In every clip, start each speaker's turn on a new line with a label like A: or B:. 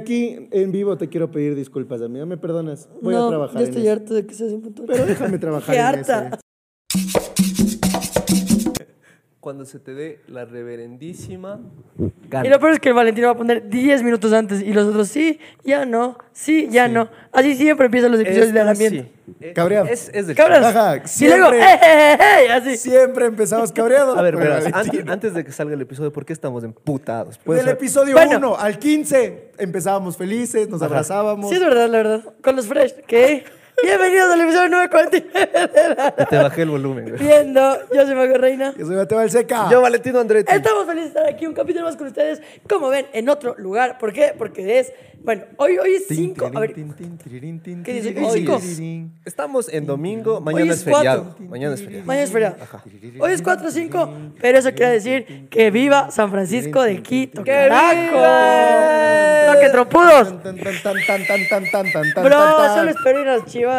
A: Aquí en vivo te quiero pedir disculpas, amiga. ¿Me perdonas? Voy
B: no,
A: a trabajar.
B: Yo
A: en
B: estoy
A: eso.
B: harto de que seas impuntual.
A: Pero déjame trabajar.
B: Qué
A: en
B: harta.
A: eso.
C: Cuando se te dé la reverendísima gana.
B: Y lo peor es que el Valentino va a poner 10 minutos antes y los otros sí, ya no, sí, ya no. Así siempre empiezan los episodios pues, de
C: Esta
B: alamiento.
C: sí. Eh,
A: Cabreado.
C: Es, es del
B: Cabreado.
A: Ajá,
B: Y luego,
A: siempre,
B: ¡eh, eh, eh, eh! Así.
A: siempre empezamos cabreados.
C: A ver,
A: Pero
C: verás,
A: al-
C: antes, antes de que salga el episodio, ¿por qué estamos emputados? Puede
A: Del
C: ser-
A: episodio
B: Bueno.
A: 1 al 15 empezábamos felices, nos abrazábamos.
B: Sí, es verdad, la verdad. Con los fresh, ¿qué? Bienvenidos al episodio 949 de la-
C: Te bajé el volumen. güey.
B: Viendo, yo soy Mago Reina.
A: Yo soy Mateo Balseca.
C: Yo, Valentino Andretti.
B: Estamos felices de estar aquí, un capítulo más con ustedes. Como ven, en otro lugar. ¿Por qué? Porque es, bueno, hoy, hoy es 5, a ver, ¿Qué dice?
C: Hoy
B: Cinco.
C: Estamos en domingo, mañana
B: es
C: es feriado.
B: cuatro.
C: Mañana es feriado.
B: Mañana es feriado. Hoy es 4 o 5, pero eso quiere decir que viva San Francisco de Quito. ¡Carajo! ¡No, que trompudos!
A: Tan, tan, tan, tan, tan, tan, tan, tan, tan,
B: Bro,
A: tan.
B: solo espero ir a las chivas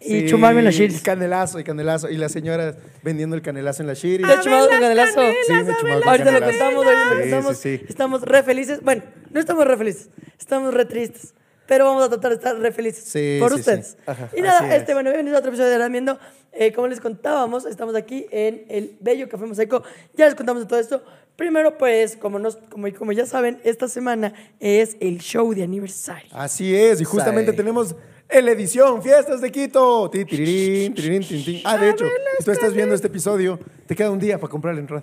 B: y
A: Sí,
B: chumarme las
A: y
B: shields.
A: Canelazo y canelazo. Y las señoras vendiendo el canelazo en la shiri.
B: ¿Te has chumado con canelazo?
A: Sí, me he chumado con
B: Ahorita lo
A: canelazo.
B: contamos, ahorita lo
A: Sí,
B: contamos.
A: sí, sí.
B: Estamos re felices. Bueno, no estamos re felices, estamos re tristes. Pero vamos a tratar de estar re felices
A: Sí,
B: por
A: sí, sí.
B: ustedes.
A: Ajá,
B: y nada,
A: así es.
B: este, bueno, bienvenidos a otro episodio de Lamiendo. Eh, como les contábamos, estamos aquí en el bello Café Mosaico. Ya les contamos de todo esto. Primero, pues, como, nos, como, como ya saben, esta semana es el show de aniversario.
A: Así es, y justamente
C: Sí.
A: tenemos el edición Fiestas de Quito. Ti, tirirín, tirirín, tin, tin. Ah, de hecho, tú estás viendo este episodio, te queda un día para comprar la entrada.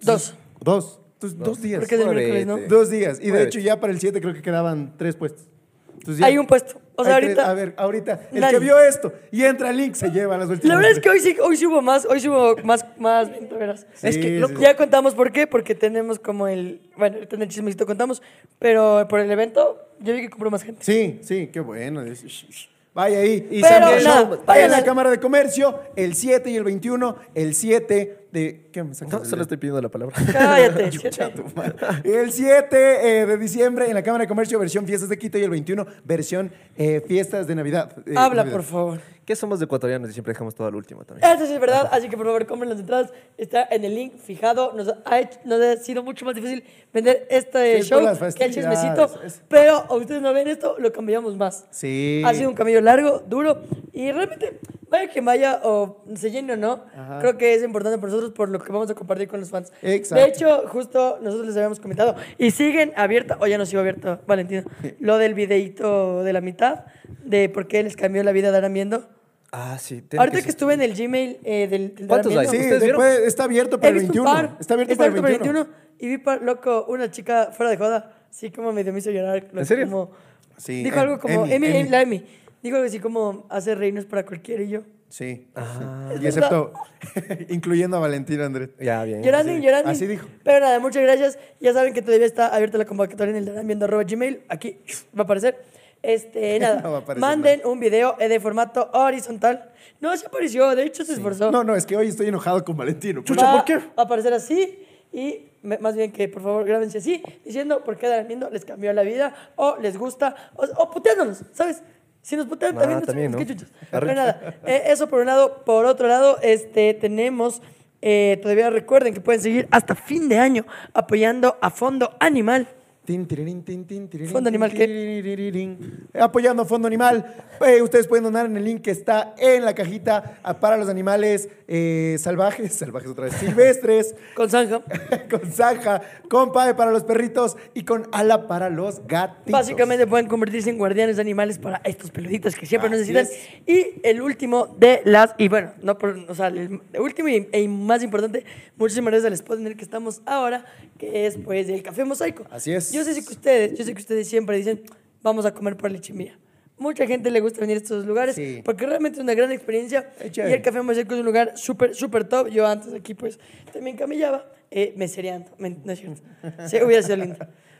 B: Dos.
A: Dos, Entonces, dos días.
B: Porque es el
C: Pobre
B: miércoles, ¿no?
C: este.
A: Dos días. Y de
C: Jueves.
A: hecho, ya para el 7 creo que quedaban tres puestos. Entonces, ya-
B: Hay un puesto. O sea,
A: Hay tres-
B: ahorita.
A: a ver, ahorita. El
B: Nadie.
A: que vio esto y entra el link se lleva las últimas.
B: La verdad es que hoy sí, hoy sí hubo más, hoy sí hubo más, más ventaveras.
C: Es que,
A: Sí,
C: loco,
A: sí, sí.
B: Ya contamos por qué, porque tenemos como el, bueno, ahorita en el chismecito contamos, pero por el evento yo vi que compró más gente.
A: Sí, sí, qué bueno. Es- sh- sh- Vaya ahí.
C: Y
B: Pero
C: también-
B: nada,
C: no,
B: vayan
A: en
B: a-
A: la Cámara de Comercio, el 7 y el 21, el 7 de... ¿Qué me sacas
C: No,
A: del
C: solo
A: dedo?
C: estoy pidiendo la palabra.
B: Cállate, siete.
A: El 7 eh, de diciembre en la Cámara de Comercio, versión Fiestas de Quito, y el 21, versión eh, Fiestas de Navidad. eh,
B: Habla,
A: Navidad.
B: por favor.
C: Que somos ecuatorianos y siempre dejamos todo al último también.
B: Eso sí es verdad, así que por favor compren las entradas. Está en el link fijado. Nos ha, hecho- nos ha sido mucho más difícil vender este
A: Sí,
B: show
A: por las
B: que el chismecito.
A: festividades, es-
B: Pero a ustedes no ven esto, lo cambiamos más.
A: Sí.
B: Ha sido un camino largo, duro. Y realmente, vaya que vaya o se llene o no,
A: Ajá.
B: creo que es importante para nosotros por lo que vamos a compartir con los fans.
A: Exacto.
B: De hecho, justo nosotros les habíamos comentado. Y siguen abierta, o ya no sigo abierta, Valentino, lo del videíto de la mitad, de por qué les cambió la vida a Darán Viendo.
C: Ah, sí. tiene
B: Ahorita que,
C: ser-
B: estuve en el Gmail eh, del, del
C: ¿Cuántos
B: Darán
C: hay?
A: Sí,
B: Viendo,
C: ¿Ustedes vieron?
A: después está abierto para
B: he
A: el
B: visto un
A: 21.
B: par.
A: Está abierto para el 21.
B: Y vi, par- loco, una chica fuera de joda. Sí, como medio me hizo llorar. loco,
C: ¿En serio?
B: como-
A: Sí,
B: dijo
A: em-
B: algo como,
A: Emi,
B: Emi, Emi,
A: Emi.
B: la Emi. Dijo algo así como, hace reinos para cualquiera y yo.
A: Sí.
C: Ah.
A: Y excepto, incluyendo a Valentín Andrés.
C: Ya, bien.
B: Llorando y llorando.
A: así dijo.
B: Pero nada, muchas gracias. Ya saben que todavía está abierta la convocatoria en el Darán viendo arroba gmail. Aquí va a aparecer. Este, nada.
A: No va a aparecer
B: Manden un video eh, de formato horizontal. No, se apareció. De hecho, se esforzó.
A: No, no, es que hoy estoy enojado con Valentino.
B: Va
A: Chucha, ¿por qué?
B: a aparecer así y me- más bien que por favor grábense así diciendo por qué Darán viendo les cambió la vida o les gusta o, o puteándonos, ¿sabes? Si nos putean
C: Ah,
B: también, no
C: también,
B: sabemos
C: ¿no?
B: qué chuchas.
C: Arre.
B: Pero nada, eh, eso por un lado. Por otro lado, este, tenemos, eh, todavía recuerden que pueden seguir hasta fin de año apoyando a Fondo Animal.
A: Tin, tirirín, tin, tin, tirirín,
B: Fondo
A: tin,
B: Animal, ¿qué?
A: tiririrín. Apoyando a Fondo Animal. Eh, ustedes pueden donar en el link que está en la cajita ah, para los animales eh, salvajes, salvajes otra vez, silvestres,
B: Con Zanja.
A: con Zanja, con Pae para los perritos y con Ala para los gatitos.
B: Básicamente pueden convertirse en guardianes de animales para estos peluditos que siempre
A: Así
B: necesitan. Y el último de las, y bueno, no por, o sea, el último y, y más importante, muchísimas gracias al spot en el que estamos ahora, que es pues el café mosaico.
A: Así es.
B: Yo sé que ustedes, yo sé que ustedes siempre dicen, vamos a comer por lechimía. Mucha gente le gusta venir a estos lugares
A: Sí.
B: porque realmente es una gran experiencia.
A: Es
B: Y
A: chévere.
B: el Café Mosaico es un lugar súper, súper top. Yo antes aquí, pues, también camellaba, eh, mesereando. Men- no es cierto. Sí, hubiera sido lindo.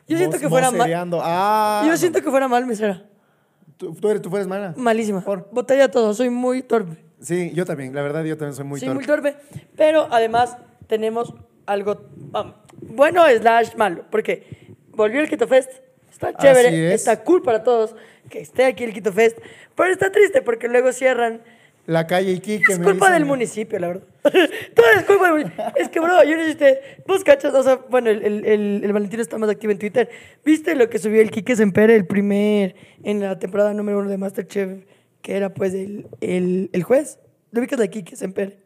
B: Yo siento
A: Mos-
B: que fuera mal.
A: mosereando. Ah,
B: Yo siento que fuera mal mesera.
A: ¿Tú, tú eres, tú fueres mala?
B: Malísima.
A: Por-
B: Botaría todo. Soy muy torpe.
A: Sí, yo también. La verdad, yo también soy muy
B: Soy
A: torpe.
B: muy torpe. Pero además tenemos algo vamos, bueno slash malo. Porque volvió el Quito Fest. Está
A: Así
B: chévere.
A: es.
B: Está cool para todos que esté aquí el Quito Fest. Pero está triste porque luego cierran
A: La calle Iquique.
B: Es
A: me
B: culpa
A: dicen.
B: del municipio, la verdad. Todo es culpa del municipio. Es que, bro, yo no viste. Vos cachas, o sea, bueno, el, el, el- el Valentino está más activo en Twitter. ¿Viste lo que subió el Quique Sempere, el primer, en la temporada número uno de Masterchef, que era pues el, el, el juez? ¿Lo ubicas de Quique Sempere?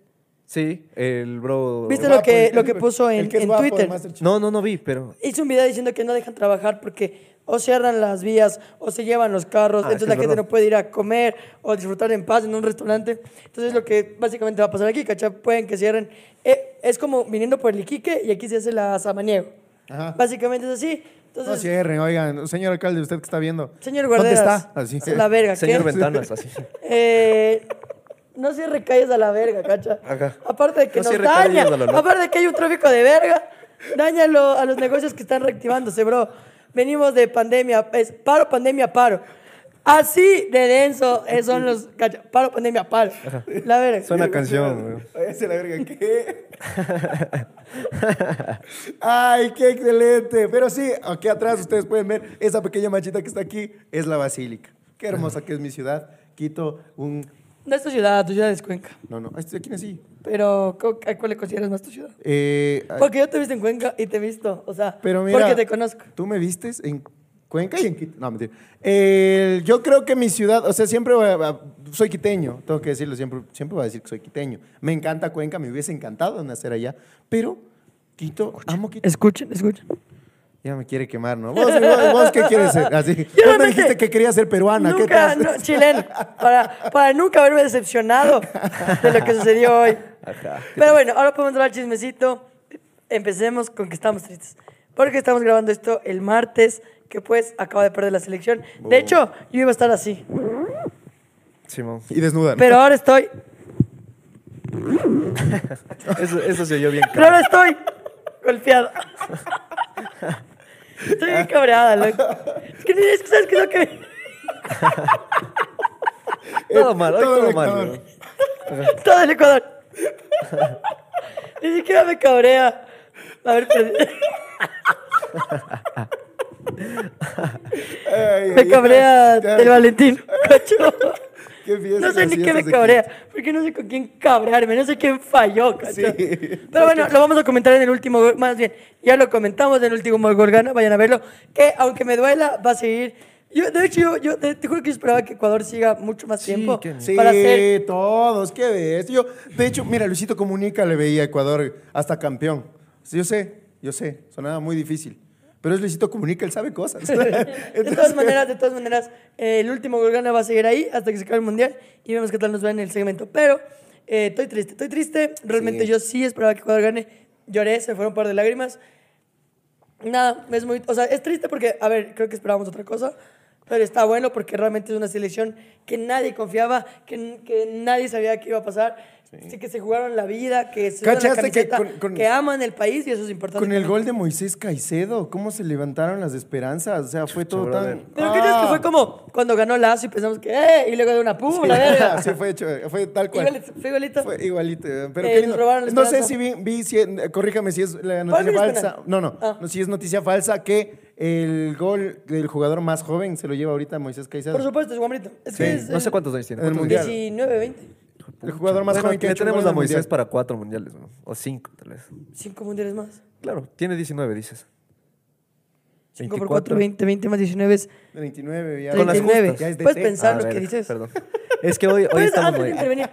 C: Sí, el bro.
B: ¿Viste
A: Guapo,
B: lo que,
A: el
B: lo que
A: es-
B: puso
A: el
B: en,
A: que es
B: en
A: guapo de
B: Twitter?
A: Masterchef.
C: No, no, no vi, pero.
B: Hizo un video diciendo que no dejan trabajar porque o cierran las vías o se llevan los carros,
C: Ah, es
B: entonces
C: que
B: la
C: es
B: gente
C: verdad.
B: no puede ir a comer o disfrutar en paz en un restaurante. Entonces lo que básicamente va a pasar aquí, ¿cachai? Pueden que cierren. Eh, es como viniendo por el Iquique y aquí se hace la Samaniego.
A: Ajá.
B: Básicamente es así.
A: No
B: Entonces,
A: cierren, oigan, señor alcalde, usted que está viendo.
B: señor Guarderas,
A: ¿Dónde está? Así.
B: a la verga. ¿qué?
C: Señor Ventanas, así.
B: Eh, no cierre calles a la verga, cacha.
C: Ajá.
B: Aparte de que
C: No
B: nos
C: cierre
B: daña,
C: calles a la loca.
B: aparte de que hay un tráfico de verga, dañalo a los negocios que están reactivándose, bro. Venimos de pandemia, es paro, pandemia, paro. Así de denso eh, son los, cacha, paro, pandemia, paro. La verga.
C: Suena canción, güey.
A: Váyase a la verga, ¿qué? Ay, qué excelente. Pero sí, aquí atrás ustedes pueden ver esa pequeña manchita que está aquí, es la basílica. Qué hermosa que es mi ciudad. Quito un.
B: No es tu ciudad, tu ciudad es Cuenca.
A: No, no, este aquí nací.
B: Pero, ¿cu- ¿a cuál le consideras más tu ciudad?
A: Eh, ay,
B: Porque yo te he visto en Cuenca y te he visto, o sea,
A: pero mira.
B: porque te conozco.
A: Tú me vistes en Cuenca y en Quito. No, mentira. El- yo creo que mi ciudad, o sea, siempre va- va- soy quiteño, tengo que decirlo, siempre, siempre voy a decir que soy quiteño. Me encanta Cuenca, me hubiese encantado nacer allá, pero Quito, amo Quito.
B: Escuchen, escuchen.
A: Ya me quiere quemar, ¿no? ¿Vos, vos- vos qué quieres ser? Así. Vos me
B: realmente
A: dijiste que querías ser peruana. ¿Qué
B: Nunca,
A: tal?
B: no, chileno, para, para nunca haberme decepcionado de lo que sucedió hoy.
C: Ajá.
B: Pero bueno, ahora podemos entrar al chismecito. Empecemos con que estamos tristes. Porque estamos grabando esto el martes, que pues acaba de perder la selección. De hecho, yo iba a estar así,
C: Simón.
A: Y desnuda. ¿no?
B: pero ahora estoy.
C: Eso, eso se oyó bien.
B: Pero ahora estoy golpeado. Estoy bien cabreada, loco. Es que, es que, ¿sabes qué es lo que
C: Todo mal, hoy
A: Todo
C: todo
A: de
C: mal,
A: cabrón.
C: güey.
B: Todo el Ecuador. Ni siquiera me cabrea. A ver, perdí.
A: Ay, ay,
B: Me cabrea
A: ya.
B: el Valentín. Cacho.
A: Qué fiesta
B: No sé ni
A: hacías
B: qué me
A: desde
B: cabrea. Porque no sé con quién cabrearme. No sé quién falló, cacho.
A: Sí.
B: Pero bueno, lo vamos a comentar en el último. gol- Más bien, ya lo comentamos en el último Gorgana. Vayan a verlo. Que aunque me duela, va a seguir. Yo, de hecho, yo, yo te, te juro que yo esperaba que Ecuador siga mucho más
C: Sí,
B: tiempo
C: que-
A: Sí,
B: para hacer.
A: todos, qué ves. Yo, de hecho, mira, Luisito Comunica le veía a Ecuador hasta campeón. Sí, yo sé, yo sé, sonaba muy difícil. Pero es Luisito Comunica, él sabe cosas.
B: de todas maneras, de todas maneras, eh, el último Gorgana va a seguir ahí hasta que se acabe el mundial y vemos qué tal nos va en el segmento. Pero eh, estoy triste, estoy triste. Realmente
A: Sí.
B: yo sí esperaba que Ecuador gane. Lloré, se me fueron un par de lágrimas. Nada, es muy. O sea, es triste porque, a ver, creo que esperábamos otra cosa. Pero está bueno porque realmente es una selección que nadie confiaba, que, que nadie sabía que iba a pasar. Sí, que se jugaron la vida, que se usaron la
A: ¿Cachaste que
B: camiseta, que,
A: con- con-
B: aman el país y eso es importante.
A: Con el gol de Moisés Caicedo, ¿cómo se levantaron las esperanzas? O sea, fue todo
C: brother.
A: tan. Ah.
B: Pero ¿qué crees
C: Ah.
B: que fue como cuando ganó Lazo y pensamos que, ¡eh! Y luego de una pum, la verga.
A: Sí, fue hecho, fue tal cual.
B: Igualito, fue igualito.
A: Fue igualito, eh, pero
B: Eh,
A: qué lindo.
B: nos robaron la
A: No sé
B: esperanza.
A: si vi, vi si- eh, corríjame si es la
B: Para mí
A: noticia
B: es penal.
A: falsa. No, no,
B: Ah.
A: no, si es noticia falsa que el gol del jugador más joven se lo lleva ahorita Moisés Caicedo.
B: Por supuesto, es guambrito. Es que
A: Sí,
B: es.
C: No sé cuántos años tiene.
A: En el
C: ¿Cuántos
A: mundial.
C: años
B: 19, 20.
A: El jugador más
C: Bueno,
A: joven que ha
C: le
A: hecho un
C: tenemos
A: gol
C: a
A: en el
C: Moisés
A: Mundial.
C: para cuatro mundiales, ¿no? O cinco, tal vez.
B: 5 mundiales más.
C: Claro, tiene 19, dices.
B: 5 por 4, 20. 20 más 19 es
A: 29 ya.
C: Con las
B: 39.
C: justas.
A: Ya es de
B: Puedes
A: té.
B: pensar
C: Ah,
B: lo que
C: verga,
B: dices.
C: Perdón. Es que hoy, hoy
B: Puedes-
C: estamos
B: antes de
C: mal.
B: intervenir.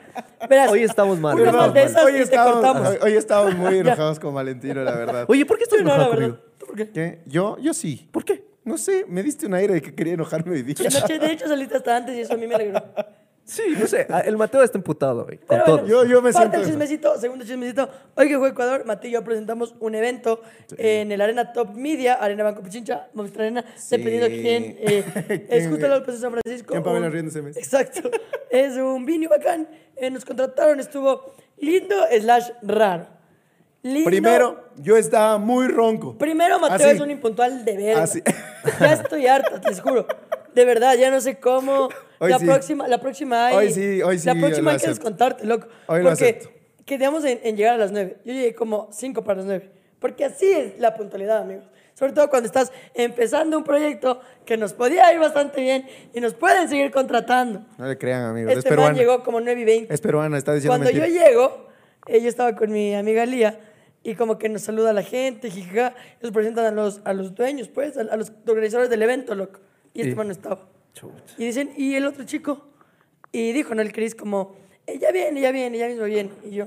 B: Verás,
C: Hoy estamos mal.
B: Una
C: hoy
B: más
C: estamos
B: de
C: mal.
B: esas
A: hoy,
B: y te cortamos.
A: estábamos, hoy- hoy estábamos muy enojados con Valentino, la verdad.
C: Oye, ¿por qué estoy
B: tú no, la
C: enojado
B: verdad.
C: conmigo?
B: ¿Tú por qué?
A: ¿Qué? Yo, yo sí.
C: ¿Por qué?
A: No sé, me diste un aire de que quería enojarme hoy día.
B: Noche, de hecho, saliste hasta antes y eso a mí me alegró.
C: Ah, Sí, no sé. a- El Mateo está emputado, güey. Con
B: Pero
C: todo.
B: bueno,
A: Yo- yo me
B: parte
A: siento-
B: del chismecito, segundo chismecito. Hoy que juega Ecuador, Mati y yo presentamos un evento en el Arena Top Media, Arena Banco Pichincha, Movistar Arena,
A: Sí.
B: dependiendo quién. eh, es
A: ¿Quién-
B: justo al lado del Paseo San Francisco.
A: quién Pablo
B: un-
A: Riendo se me-
B: Exacto. Es un vino bacán. eh, nos contrataron, estuvo lindo slash raro. Lindo.
A: Primero, yo estaba muy ronco.
B: Primero, Mateo
A: Así.
B: es un impuntual de verga.
A: Así.
B: Ya estoy harta, te juro. De verdad, ya no sé cómo.
A: Hoy
B: la
A: sí.
B: próxima, la próxima hay.
A: Hoy sí, hoy sí
B: La
A: lo
B: próxima hay que
A: acepto.
B: descontarte, loco.
A: Hoy lo acepto.
B: porque quedamos en, en llegar a las 9. Yo llegué como 5 para las 9. Porque así es la puntualidad, amigos. Sobre todo cuando estás empezando un proyecto que nos podía ir bastante bien y nos pueden seguir contratando.
A: No le crean, amigos. es
B: Este man
A: peruana.
B: llegó como 9 y 20.
A: Es peruana, está diciendo
B: Cuando yo
A: mentira.
B: llego, eh, yo estaba con mi amiga Lía y como que nos saluda a la gente, jijija, y nos presentan a los, a los dueños, pues, a, a los organizadores del evento, loco. Y este
C: Y-
B: man no estaba.
C: Chuta.
B: Y dicen, ¿y el otro chico? Y dijo, ¿no? El Cris como, ella viene, ella viene, ella mismo viene. Y yo.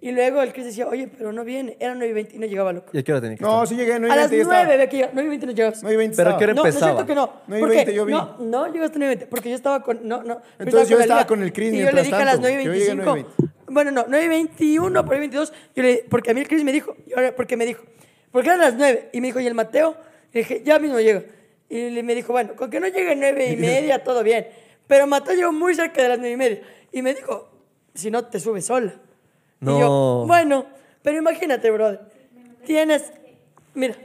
B: Y luego el Cris decía, oye, pero no viene. Era 9 y 20 y no llegaba, loco.
C: ¿Y a qué hora tenía que
A: No,
C: estar?
A: sí llegué, no
B: a las 9
A: 9.
B: ve que yo, 9 y 20 no llegabas.
A: No hay 20
C: Pero ¿a qué hora
B: no, no es
C: empezaba?
B: cierto que no.
A: No hay
B: porque
A: 20, yo vi.
B: No, no llegaste a 9 porque yo estaba con. No, no.
A: Entonces yo estaba
B: Lía.
A: con el Chris
B: Y yo le
A: mientras
B: dije a las
A: tanto,
B: 9 y
A: yo llegué a
B: 25.
A: 9:20.
B: Bueno, no, 9 y 21, por ahí 22. Yo le, porque a mí el Chris me dijo. y ahora, porque me dijo. Porque eran las 9. Y me dijo, ¿y el Mateo? Le dije, ya mismo llega. Y le- me dijo, bueno, con que no llegue 9 y media, todo bien. Pero Mateo llegó muy cerca de las 9 y media. Y me dijo, si no, te subes sola. Y yo,
C: No.
B: bueno, pero imagínate, brother. Tienes. Mira.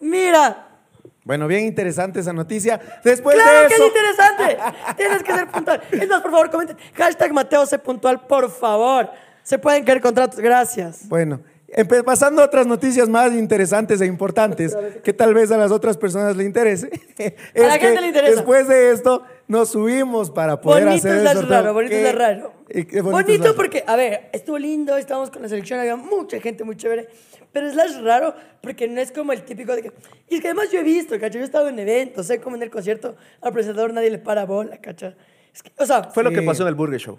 B: Mira,
A: Bueno, bien interesante esa noticia. Después de
B: claro que
A: Pues eso.
B: es interesante. Tienes que ser puntual. Es más, por favor, comenten. Hashtag Mateo sé puntual, por favor. Se pueden caer contratos. Gracias.
A: Bueno, empe- pasando a otras noticias más interesantes e importantes, que tal vez a las otras personas le interese. es
B: la gente le interesa.
A: Después de esto, nos subimos para poder
B: bonito
A: hacer
B: es
A: el
B: la
A: sorteo.
B: raro, bonito
A: Qué-
B: es la raro.
A: y qué
B: bonito
A: es la-
B: porque, a ver, estuvo lindo, estábamos con la selección, había mucha gente muy chévere, pero es las raro porque no es como el típico de que... Y es que además yo he visto, cacho, yo he estado en eventos, sé cómo en el concierto al presentador nadie le para bola, cacho. Es que, o sea,
C: Fue lo que
A: Sí.
C: pasó en el Burger Show.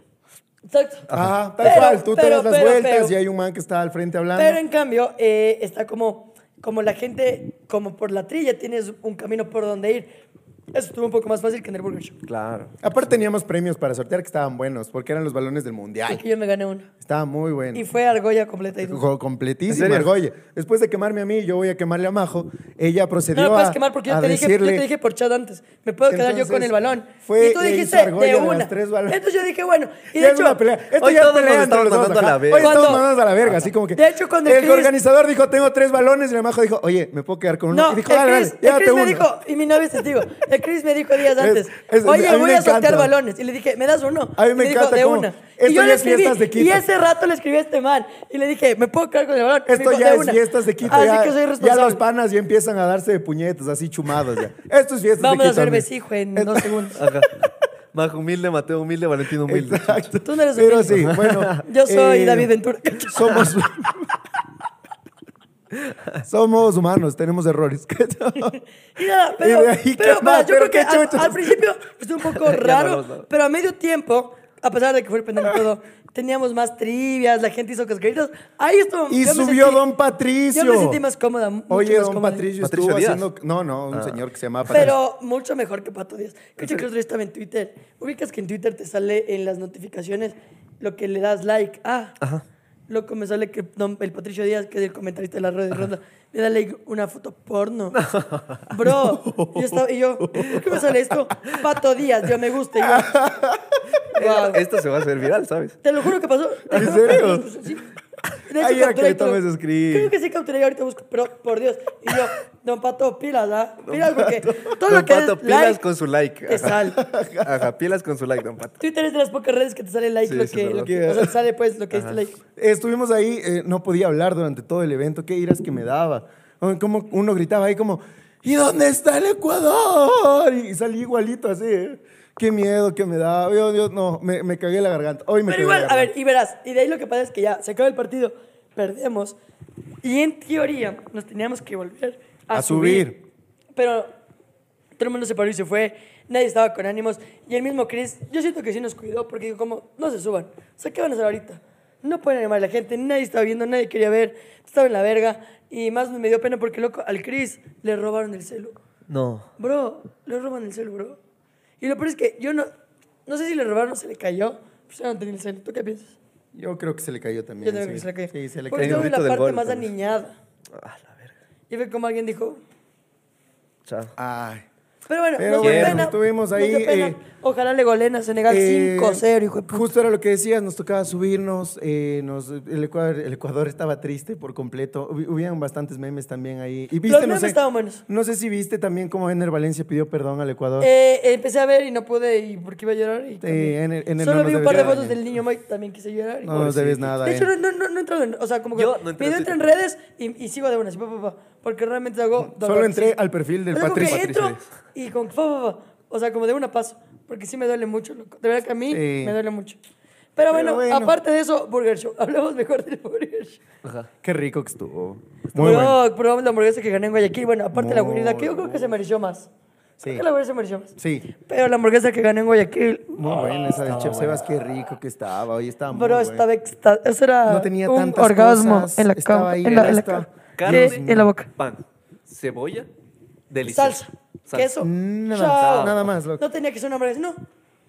B: exacto.
A: Ajá, tal
B: Pero-
A: cual. Tú te
B: pero-
A: das las
B: pero-
A: vueltas
B: pero-
A: y hay un man que está al frente hablando.
B: Pero en cambio, eh, está como, como la gente, como por la trilla, tienes un camino por donde ir. Eso estuvo un poco más fácil que en el Burger Show.
C: Claro.
A: Aparte teníamos premios para sortear que estaban buenos, porque eran los balones del
B: Y
A: mundial.
B: que yo me gané uno.
A: Estaba muy bueno.
B: Y fue argolla completa y dura.
A: Jo-
C: ¿En
A: Completísima,
C: serio?
A: argolla. Después de quemarme a mí, yo voy a quemarle a Majo. Ella
B: No
A: procedió
B: me puedes
A: a,
B: quemar porque yo
A: a
B: te, dije, yo
A: decirle...
B: te dije por chat antes. Me puedo quedar yo con
A: Entonces,
B: el balón.
A: fue-
B: y tú
A: le hizo
B: dijiste
A: argolla
B: de
A: a las
B: una.
A: tres balones.
B: Entonces yo dije, bueno.
A: Ya
B: Y de
A: es
B: hecho,
A: una pelea. Esto
C: hoy
A: ya es
C: todos
A: pelea entre
C: nos estamos
A: los dos,
C: mandando a la
A: ajá.
C: verga.
A: Hoy estamos
B: Cuando-
A: mandando a la verga, así como que.
B: De hecho, cuando el
A: el
B: Chris-
A: organizador dijo, tengo tres balones, y la majo dijo, oye, ¿me puedo quedar con uno?
B: No,
A: y
B: el
A: dijo, "Ah, dale,
B: Chris,
A: dale,
B: el
A: llévate
B: Chris me
A: uno.
B: digo y mi novia es testigo. El Chris me dijo días
A: Es-
B: antes,
A: es-
B: oye,
A: a mí
B: voy
A: me
B: a sortear
A: encanta.
B: balones. Y le dije, ¿me das uno?
A: A mí
B: Y
A: me
B: me dijo,
A: encanta
B: de
A: cómo-
B: una.
A: Esto
B: y yo
A: ya
B: le
A: es
B: escribí,
A: fiestas de Quito.
B: y ese rato le escribí a este man. Y le dije, ¿me puedo quedar con el balón? Y me
A: Esto
B: dijo,
A: ya
B: de
A: es
B: una.
A: fiestas de Quito.
B: Así
A: ya,
B: que soy
A: ya
B: responsable.
A: los panas ya empiezan a darse de puñetas, así chumados ya. Esto es fiestas
B: Vamos
A: de
B: a
A: Quito.
B: hacer
A: amigo.
B: besijo en dos segundos.
C: Ajá. Majo humilde, Mateo humilde, Valentino humilde.
A: Exacto.
B: Tú no eres
A: Pero sí,
B: humilde.
A: bueno.
B: Yo soy
A: eh,
B: David Ventura.
A: Somos. Somos humanos, tenemos errores.
B: Y nada,
A: Y
B: pero,
A: de ahí, ¿qué
B: pero,
A: más?
B: va, yo
A: Pero
B: creo que
A: qué
B: al,
A: chochos.
B: al principio estuvo un poco raro,
C: hablamos, ¿no?
B: pero a medio tiempo, a pesar de que fue el penal y todo, teníamos más trivias, la gente hizo cascaritas. Ahí estuvo.
A: Y
B: yo me
A: subió
B: sentí-
A: Don Patricio.
B: Yo me sentí más cómoda. mucho
A: Oye,
B: más
A: Don
B: cómoda.
A: Patricio
C: ¿Patricio
A: estuvo
C: Díaz? Ah.
A: haciendo. No, no, un señor que se llama Patricio.
B: Pero mucho mejor que Pato Díaz. Cacho que el otro día estaba en Twitter. Ubicas que en Twitter te sale en las notificaciones lo que le das like. Ah, loco, me sale que don- el Patricio Díaz, que es el comentarista de la red de ronda, le da like una foto porno. Bro, yo estaba- y yo, ¿por qué me sale esto? Pato Díaz, yo me gusta. y yo, wow.
C: Esto se va a hacer viral, ¿sabes?
B: Te lo juro que pasó.
A: ¿En serio?
B: Sí. De hecho,
A: Ay, era
B: capturé
A: que le
B: y todo.
A: tomes screen.
B: Creo que sí capturé y ahorita busco, pero por Dios. Y yo, don Pato, pilas, ¿ah? Pilas porque todo
C: Don
B: lo que
C: Pato,
B: es
C: pilas
B: like,
C: con su like.
B: te sale.
C: Ajá, pilas con su like, Don Pato.
B: Twitter es de las pocas redes que te sale like
C: Sí,
B: lo
C: eso
B: que,
C: es
B: lo
C: verdad.
B: que- o sea, te sale pues lo que diste like.
A: Estuvimos ahí, eh, no podía hablar durante todo el evento. Qué iras que me daba. Ay, Como uno gritaba ahí como, ¿y dónde está el Ecuador? Y salí igualito así. eh. Qué miedo que me daba. Yo, yo, no, me, me cagué la garganta. Hoy me
B: Pero
A: cagué
B: igual,
A: la
B: a
A: garganta.
B: ver, y verás, y de ahí lo que pasa es que ya se acaba el partido, perdemos, y en teoría nos teníamos que volver a,
A: A subir.
B: Pero todo el mundo se paró y se fue, nadie estaba con ánimos, y el mismo Chris, yo siento que sí nos cuidó, porque dijo como, no se suban, o sea, ¿qué van a hacer ahorita? No pueden animar a la gente, nadie estaba viendo, nadie quería ver, estaba en la verga, y más me dio pena porque, loco, al Chris le robaron el celu.
C: No.
B: Bro, le roban el cel, bro. Y lo peor es que yo no. No sé si le robaron o se le cayó. Pues ya no tenía el cel. ¿Tú qué piensas?
A: Yo creo que se le cayó también.
B: Yo también creo que
A: sí.
B: se le cayó.
A: Sí, se le
B: Porque
A: cayó.
B: estaba en la
C: Grito del
B: parte
C: gol,
B: más
A: pues.
C: tal vez.
B: aniñada.
C: Ah, la verga.
B: Y ve como alguien dijo.
C: Chao.
A: Ay.
B: Pero bueno,
A: Pero
B: nos dio
C: bueno,
B: pena,
A: estuvimos
B: nos dio
A: ahí,
B: pena.
A: eh,
B: Ojalá le goleen a Senegal
A: Eh,
B: 5-0, hijo de puta.
A: Justo era lo que decías, nos tocaba subirnos, eh, nos- el, Ecuador, el Ecuador estaba triste por completo, Hubi- hubieron bastantes memes también ahí. Y viste,
B: Los
A: no,
B: memes
A: sé,
B: estaban buenos.
A: no sé si viste también cómo Ener Valencia pidió perdón al Ecuador.
B: Eh, empecé a ver y no pude, y porque iba a llorar. Y también.
A: en el- en el
B: Solo
A: no
B: vi
A: nos
B: un par de
A: debería
B: fotos
A: dañar.
B: del niño Mike, también quise llorar. y-
A: no nos debes nada. eh.
B: de hecho,
A: Ener.
B: no, no, no, no entro en, o sea, como que
C: Yo no entré
B: yo
C: en
B: entro en redes y, y sigo de una, así, pa, pa, pa, porque realmente hago...
A: Solo entré al perfil del
B: Es como que
A: Patrick.
B: entro y con que, fa, fa, fa. o sea, como de una paso, porque sí me duele mucho, loco. De verdad que a mí
A: Sí.
B: me duele mucho. Pero bueno,
A: bueno.
B: aparte de eso, Burger Show. Hablemos mejor del Burger Show.
C: Ajá.
A: Qué rico que estuvo. Muy
B: Pero
A: bueno.
B: probamos la hamburguesa que gané en Guayaquil. Bueno, aparte de la
A: Muy
B: guarida, que yo creo que se mereció más.
A: Sí.
B: Creo que la guarida se mereció más.
A: Sí,
B: Pero la hamburguesa que gané en Guayaquil,
A: muy buena esa del Chef Sebas, qué rico que estaba. Hoy estaba muy
B: bro,
A: buena.
B: estaba exta- Eso era
A: No tenía
B: un
A: tantas
B: orgasmo
A: cosas,
B: en la
A: estaba
B: cama.
A: ahí
B: En la, en la
A: esto.
B: cama.
C: Carne.
B: Eh, en la boca.
C: Pan, cebolla, delicioso.
B: Salsa,
C: Salsa.
B: queso,
A: Mm, Nada,
B: chao.
A: nada más, loco.
B: No tenía que ser una hamburguesa, no.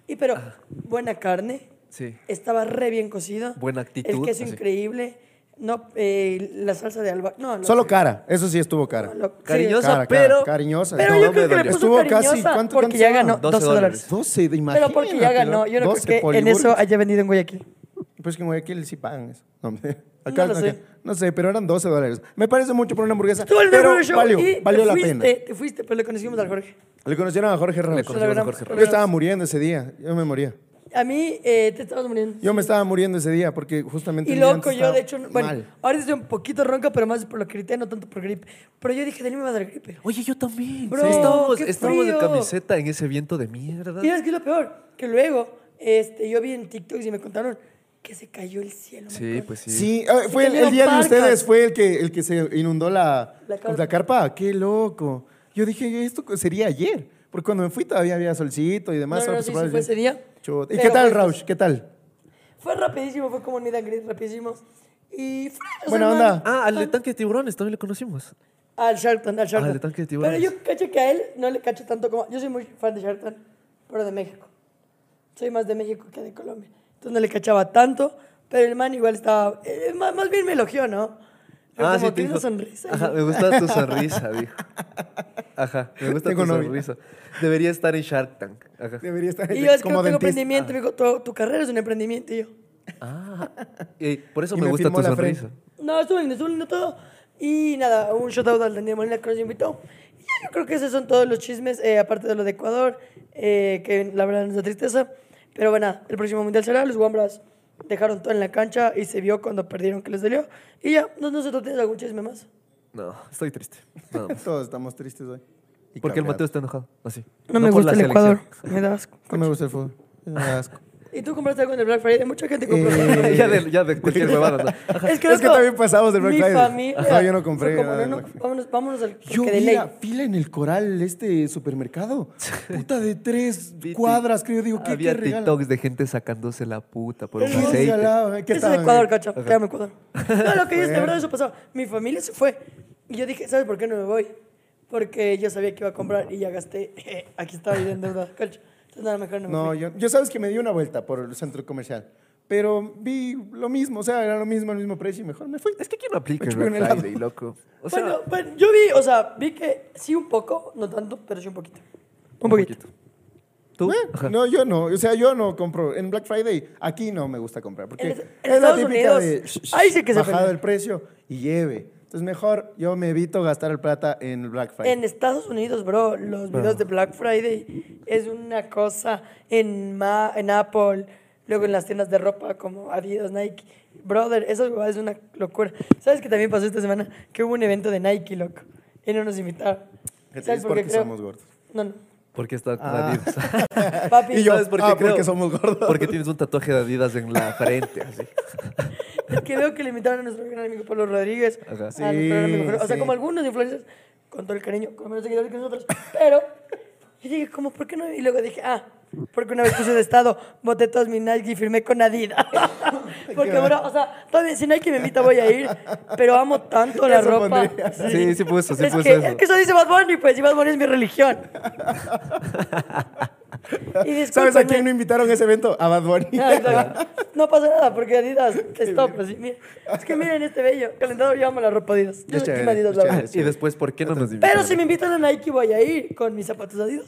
B: Y pero, buena carne,
C: Sí.
B: estaba re bien cocida.
C: Buena actitud,
B: El queso
C: así.
B: increíble, no, eh, la salsa de alba. No, no.
A: Solo cara, eso sí estuvo cara.
B: No, loco. Sí.
C: Cariñosa,
A: Cara, cara,
C: pero.
A: cariñosa.
B: Pero
A: No
B: yo
A: me
B: creo que le
A: dolió.
B: puso
A: Estuvo casi,
B: cariñosa
A: ¿cuánto-
B: porque
A: cuánto
B: ya
A: estaba?
B: ganó 12,
C: 12
B: dólares.
A: 12, de
B: Pero porque ya ganó, yo no creo que en eso haya vendido en Guayaquil.
A: Pues que en Guayaquil sí pagan eso. No, me-
B: No
A: acá-
B: lo
A: acá-
B: sé.
A: no sé, pero eran 12 dólares. Me parece mucho por una hamburguesa.
B: Tú el
A: pero
B: Burger Show
A: valió,
B: y
A: valió
B: te
A: la
B: fuiste,
A: pena.
B: Te fuiste, pero le conocimos al Jorge.
A: Le conocieron a Jorge Ramos.
C: Le conocimos a Jorge
A: Yo
B: Pero-
C: Ramos.
A: estaba muriendo ese día, yo me moría.
B: A mí eh, te estabas muriendo.
A: Yo me estaba muriendo ese día porque justamente...
B: Y
A: el día
B: loco,
A: antes
B: yo de hecho,
A: estaba
B: no- bueno,
A: mal.
B: ahorita estoy un poquito ronca, pero más por lo que grité, no tanto por gripe. Pero yo dije, de mí me va a dar gripe.
C: Oye, yo también.
B: Bro,
C: estábamos
B: qué
C: estábamos de
B: frío.
C: camiseta en ese viento de mierda.
B: Y es que es lo peor, que luego este, yo vi en TikTok y me contaron que se cayó el cielo. me
C: Sí,
B: acuerdo.
C: pues sí.
A: Sí, ah, fue el,
B: Tenían
A: el día de
B: parcas.
A: ustedes, fue el que, el que se inundó la, pues,
B: La
A: la,
B: carpa.
A: carpa. Qué loco. Yo dije, esto sería ayer. Porque cuando me fui todavía había solcito y
B: No,
A: demás. ahora
B: no, no,
A: pues,
B: sí, sí
A: probablemente-
B: fue ese día.
A: Chuta. ¿Y
B: Pero pues,
A: qué tal,
B: fue-
A: Rausch? ¿Qué tal?
B: Fue rapidísimo, fue como un meet and greet, rapidísimo. Y fue, o sea,
A: Buena
B: hermano,
A: onda.
C: Ah, al de tanque de tiburones también le conocimos.
B: Al Sharkton, al Sharkton.
C: Ah, el tanque de
B: pero
C: tiburones.
B: yo cacho que a él no le cacho tanto como... Yo soy muy fan de Sharkton, pero de México. Soy más de México que de Colombia. Entonces no le cachaba tanto, pero el man igual estaba... eh, más, más bien me elogió, ¿no? Pero como
C: Ah, te
B: tiene
C: dijo.
B: una sonrisa.
C: Ajá, me gusta tu sonrisa, dijo. Ajá, me gusta
A: Tengo
C: tu
A: novia.
C: sonrisa. Debería estar en Shark Tank. Ajá.
A: Debería estar
B: Y yo es que
A: como
B: no tengo
A: dentista.
B: emprendimiento. Me dijo, tu, tu carrera es un emprendimiento. Y yo,
C: Ah, y por eso
A: Y
C: me,
A: me
C: gusta
A: firmó
C: tu
A: la
C: sonrisa.
A: frente.
B: no, estuvo lindo, estuvo lindo todo. Y nada, un shout out al Daniel Molina que nos invitó. Y ya, yo creo que esos son todos los chismes, eh, aparte de lo de Ecuador, eh, que la verdad nos da tristeza. Pero bueno, el próximo mundial será. Los Wambras dejaron todo en la cancha y se vio cuando perdieron que les dolió. Y ya, no, no sé, ¿tú tienes algún chisme más?
C: No, estoy triste. Nada más.
A: Todos estamos tristes hoy. Y
C: Porque el Mateo
A: cabreados.
C: está enojado. Así.
B: No, me
C: por
B: gusta el
C: la
B: Ecuador,
C: selección.
B: me da asco.
A: No me gusta el fútbol. Me da asco.
B: ¿Y tú compraste algo en el Black Friday? Mucha gente compró.
A: Eh,
C: ya, de, ya de cualquier huevada. ¿no? Ajá.
B: Es que,
A: Es que
B: loco,
A: también pasamos del Black
B: mi
A: Friday.
B: Familia,
A: Ajá, yo no
B: fue
A: compré
B: como,
A: nada
B: no,
A: del
B: no,
A: Black Friday.
B: vámonos, vámonos al porque
A: Yo
B: de
A: vi
B: ley.
A: la fila en el coral, este supermercado. Puta de tres
C: Vi tic-
A: cuadras, creo. Digo, ¿qué,
C: Había
A: qué regalo?
C: TikToks de gente sacándose la puta por un
A: Qué
C: aceite.
A: regalado, ¿eh? ¿Qué
B: Eso es
A: tal?
B: Ecuador, cacho. Créame, Ecuador. No, lo que es, de verdad, eso pasaba. Mi familia se fue. Y yo dije, ¿sabes por qué no me voy? Porque yo sabía que iba a comprar y ya gasté. aquí estaba yo en deuda, cacho. Entonces, nada, mejor no me
A: No,
B: fui.
A: yo, yo sabes que me di una vuelta por el centro comercial, pero vi lo mismo, o sea, era lo mismo, el mismo precio y mejor me fui.
C: Es que ¿quién no aplica
A: Me
C: el
A: chupé un
C: Black
A: helado.
C: Friday, loco? O sea,
B: bueno, bueno, yo vi, o sea, vi que sí un poco, no tanto, pero sí un poquito. Un poquito.
C: ¿Tú?
A: Eh,
C: Ajá.
A: No, yo no, o sea, yo no compro. En Black Friday aquí no me gusta comprar, porque
B: En es-
A: es,
B: en
A: la
B: Estados
A: típica
B: Unidos,
A: de "Shh, shh,
B: ahí sí que se
A: bajado
B: pelea".
A: el precio y lleve. Entonces mejor yo me evito gastar el plata en el Black Friday. Ah.
B: En Estados Unidos, bro, los videos de Black Friday es una cosa en, Ma- en Apple, luego en las tiendas de ropa como Adidas, Nike. Brother, eso es una locura. ¿Sabes qué también pasó esta semana? Que hubo un evento de Nike, loco, y no nos invitaron.
A: es porque somos gordos.
B: No, no.
C: Porque está con
A: Ah.
C: Adidas.
B: Papi,
A: Y yo,
C: ¿Sabes por qué
A: ah,
C: creo?
A: porque somos gordos.
C: Porque tienes un tatuaje de Adidas en la frente. Así.
B: Es que veo que le invitaron a nuestro gran amigo Pablo Rodríguez.
C: Ajá.
B: a
A: Sí,
B: nuestro gran amigo Jorge. O sea,
A: sí.
B: como algunos influencers, con todo el cariño, con menos seguidores que nosotros. Pero yo dije, ¿cómo? ¿Por qué no? Y luego dije, ah, porque una vez puse de estado, boté todas mis Nike y firmé con Adidas. porque, bro, o sea, todavía si Nike me invita voy a ir, pero amo tanto la
A: Eso
B: ropa.
A: pondría.
C: Sí, sí puso, sí
B: es
C: puso
B: que,
C: eso.
B: Es que eso dice Bad Bunny, pues, y Bad Bunny es mi religión. Y
A: ¿Sabes a
B: discúlpenme.
A: quién no invitaron a ese evento? A Bad Bunny.
B: Ah, exacto. No pasa nada, porque Adidas, stop. así, mira. Es que miren este bello. Calentado, yo amo la ropa Adidas. Yo
A: Es
B: soy
A: chévere,
B: team Adidas,
A: es
B: la
A: chévere.
B: verdad.
C: Y después, ¿por qué no nos invitaron?
B: Pero si me invitan a Nike, voy a ir con mis zapatos Adidas.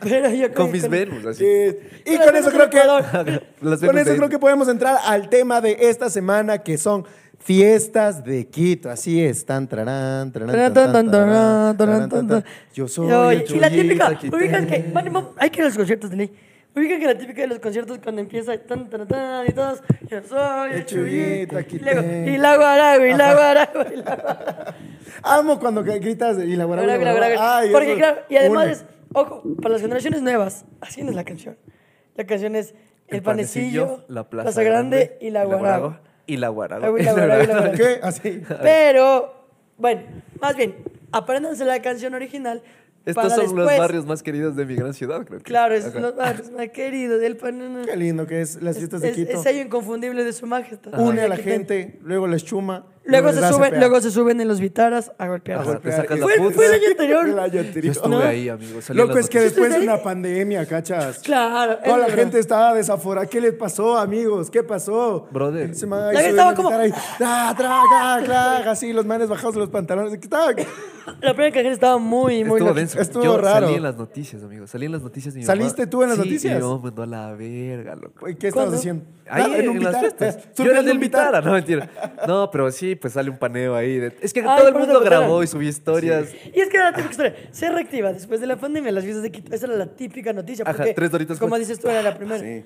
B: Pero yo
C: Con mis Venus,
A: Sí. eh,
C: así.
A: Y con eso creo que
C: Las
A: Con
C: Venus
A: eso
C: de-
A: creo que podemos entrar al tema de esta semana que son fiestas de Quito. Así es. Tan, tarán, tarán, tan, tan, tarán, tarán, tan, tan. Yo soy el
B: Y la
A: Chuyito
B: típica,
A: Quito.
B: ubican que. bueno, mo- hay que ir a los conciertos de ley. Ubican que la típica de los conciertos cuando empieza tan, tan, tan, y todos. Yo soy el
A: El Chuyito
B: chuyito. Y luego,
A: Quiteño.
B: Y la guaragua, y la guaragua, y la
A: Amo cuando que- gritas y la guarabra,
B: Gra- gra-
A: la
B: gra-
A: guarabra. Ay,
B: Porque
A: eso
B: claro, y además
A: une.
B: es, ojo, para las generaciones nuevas, así no es la canción. La canción es El,
C: El
B: Panecillo,
C: la Plaza,
B: Grande, y La Guaragua.
C: Guaragua. Y la
B: Ah,
C: Guaragua.
B: güey, la Guaragua, la Guaragua.
A: ¿Qué? Así.
B: Pero, bueno, más bien, apréndanse la canción original
C: Estos
B: para
C: son
B: después.
C: los barrios más queridos de mi gran ciudad, creo que.
B: Claro, es
C: Ajá.
B: los barrios más queridos del pan.
A: Qué lindo que es las
B: Es,
A: fiestas de
B: es-
A: Quito.
B: es sello inconfundible de su majestad.
A: Une a la
B: Aquí ten-
A: gente, luego les chuma.
B: Luego
A: les
B: se,
A: da
B: suben,
A: CPA.
B: luego se suben en los vitaras a golpear.
C: Ajá,
A: Ajá,
C: te sacas la
B: Fue-
C: puta.
B: fue el año anterior.
A: El año anterior.
C: Yo estuve
B: ¿No?
C: ahí, amigo. salí en
A: Loco,
C: las
A: es que
C: noticias.
A: después de
B: ¿Ustedes?
A: una pandemia, cachas.
B: Claro. es
A: Toda la
B: verdad.
A: gente estaba desaforada. ¿Qué les pasó, amigos? ¿Qué pasó?
C: Brother.
A: Se me- ay,
B: La gente
A: suben
B: estaba
A: a
B: como-
A: gritar ahí, tra, tra, tra, tra, así, los manes bajados de los pantalones. ¿Qué estaba?
B: La primera canción estaba muy, muy.
C: Estuvo
B: loca.
C: denso.
A: Estuvo
C: Yo
A: raro.
C: salí en las noticias, amigo. Salí en las noticias. y mi
A: ¿Saliste
C: mamá-
A: tú en las
C: Sí,
A: noticias?
C: Y yo mandó a la verga, loco.
A: ¿Qué estabas
B: ¿Cuándo?
A: haciendo?
C: Ahí
A: Nada,
C: en,
A: un
C: las
A: Vitara.
C: fiestas. Yo era
A: Surfeando
C: el
A: un Vitara.
C: invitara, no mentira. No, pero sí, pues sale un paneo ahí. de- Es que
B: Ay,
C: todo el
B: por
C: mundo
B: eso lo
C: grabó
B: pasaron.
C: y subió historias.
B: Y es que era la típica historia. Se reactiva después de la pandemia las fiestas de Quito. Esa era la típica noticia.
C: Ajá,
B: Porque,
C: tres doritos
B: Como
C: más.
B: dices tú, era la primera.
A: Sí.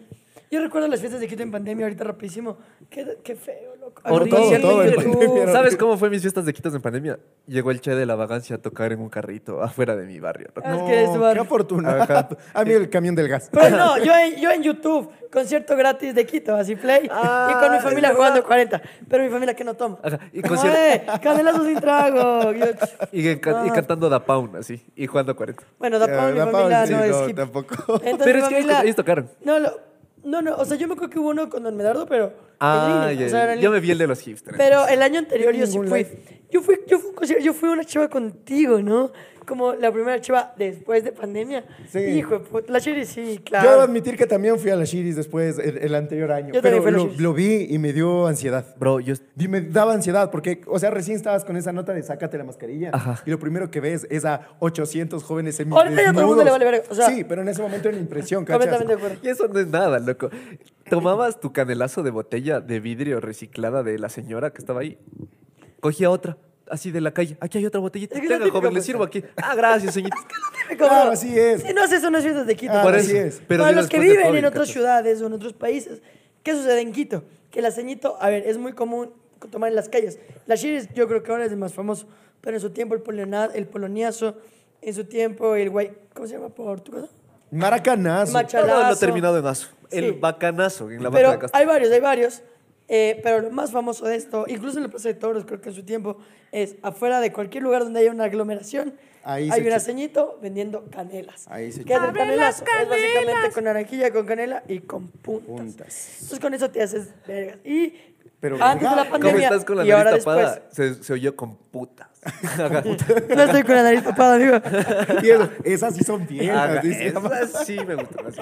B: Yo recuerdo las fiestas de Quito en pandemia, ahorita rapidísimo. Qué, qué feo, loco.
A: Horrible.
B: Algún concierto
A: todo
B: en
A: en
B: YouTube.
A: pandemia era
C: ¿Sabes cómo fue mis fiestas de quitas en pandemia? Llegó el che de la vagancia a tocar en un carrito afuera de mi barrio. loco.
B: Ah, es que eres
A: No,
B: barrio.
A: qué afortunado. A mí el camión del gas.
B: Pero no, yo en, yo en YouTube, concierto gratis de Quito, así play. y
C: Ah,
B: con mi familia jugando 40. Pero mi familia que no toma.
C: Ajá, y
B: Como,
C: concierto-
B: "Eh, canelazo sin trago. Y yo,
C: Y, en ca- y
B: Ah.
C: cantando Da Paun, así. Y jugando 40.
B: Bueno, Da Paul, mi
A: Da Paul,
B: familia
A: sí,
B: no es
A: no,
B: hip.
A: tampoco.
B: Entonces,
C: Pero
B: mi
C: es que ellos-
B: familia-
C: ellos tocaron.
B: No, lo- no, no, o sea, yo me acuerdo que hubo uno con Don Medardo, pero. en
C: Ah,
B: línea,
C: ya,
B: o sea, era en
C: yo me
B: línea.
C: vi el de los hipsters.
B: Pero el año anterior
A: En
B: yo sí
A: ningún
B: fui.
A: lado.
B: Yo fui, yo fui, a un concierto, yo fui a una chava contigo, ¿no? Como la primera chava después de pandemia.
A: Sí.
B: Hijo de puta. La Shiri sí,
A: Yo debo
B: claro.
A: admitir que también fui a las Shiris después, el, el anterior año.
B: Yo también
A: pero
B: fui a las
A: lo,
B: Shiris.
A: lo vi y me dio ansiedad.
C: Bro, yo,
A: Y me daba ansiedad porque, o sea, recién estabas con esa nota de sácate la mascarilla.
C: Ajá.
A: Y lo primero que ves es a 800 jóvenes en
B: Ahorita ya todo el mundo le vale verga, o sea-
A: sí, pero en ese momento era la impresión, ¿cachas?
B: Completamente de acuerdo.
C: Y eso no es nada, loco. Tomabas tu canelazo de botella de vidrio reciclada de la señora que estaba ahí. Cogía otra, así de la calle. Aquí hay otra botellita.
B: Es que es la
C: Tenga, joven,
B: típica
C: le sirvo aquí. Ah, gracias, señorita.
B: Me cobró.
A: Claro, así es.
B: Si no haces unas fiestas de Quito. pues,
A: Ah,
C: Por
A: así
C: eso.
A: es.
C: Pero
B: Para
C: digo,
B: los que
C: después de
B: viven
C: COVID,
B: en otras
C: cachas.
B: ciudades o en otros países, ¿qué sucede en Quito? Que la ceñito, a ver, es muy común tomar en las calles. La shiris yo creo que ahora es el más famoso, pero en su tiempo el, polona- el poloniazo, en su tiempo el guay, ¿cómo se llama portugués?
A: Maracanazo.
B: Macha-
C: Todo lo
B: Chalazo.
C: terminado en aso. El
B: Sí.
C: bacanazo en la barra
B: Pero
C: de Castro.
B: hay varios, hay varios. eh, pero lo más famoso de esto, incluso en la Plaza de Toros, creo que en su tiempo, es afuera de cualquier lugar donde haya una aglomeración,
A: Ahí
B: hay
A: se
B: una
A: chupa.
B: ceñito vendiendo canelas.
A: Ahí se
B: que es
A: chupa.
B: un canelazo, es básicamente con naranjilla, con canela y con puntas.
A: Puntas.
B: Entonces con eso te haces vergas. Y
A: Pero
B: antes de la
A: verga.
C: ¿Cómo
B: pandemia
C: estás con la
B: y ahora
C: nariz tapada?
B: después.
C: Se, se oyó con putas.
B: No estoy con la nariz tapada, amigo.
A: Y eso, esas sí son
C: Ajá,
A: viejas, dice.
C: esas sí me gustan. así.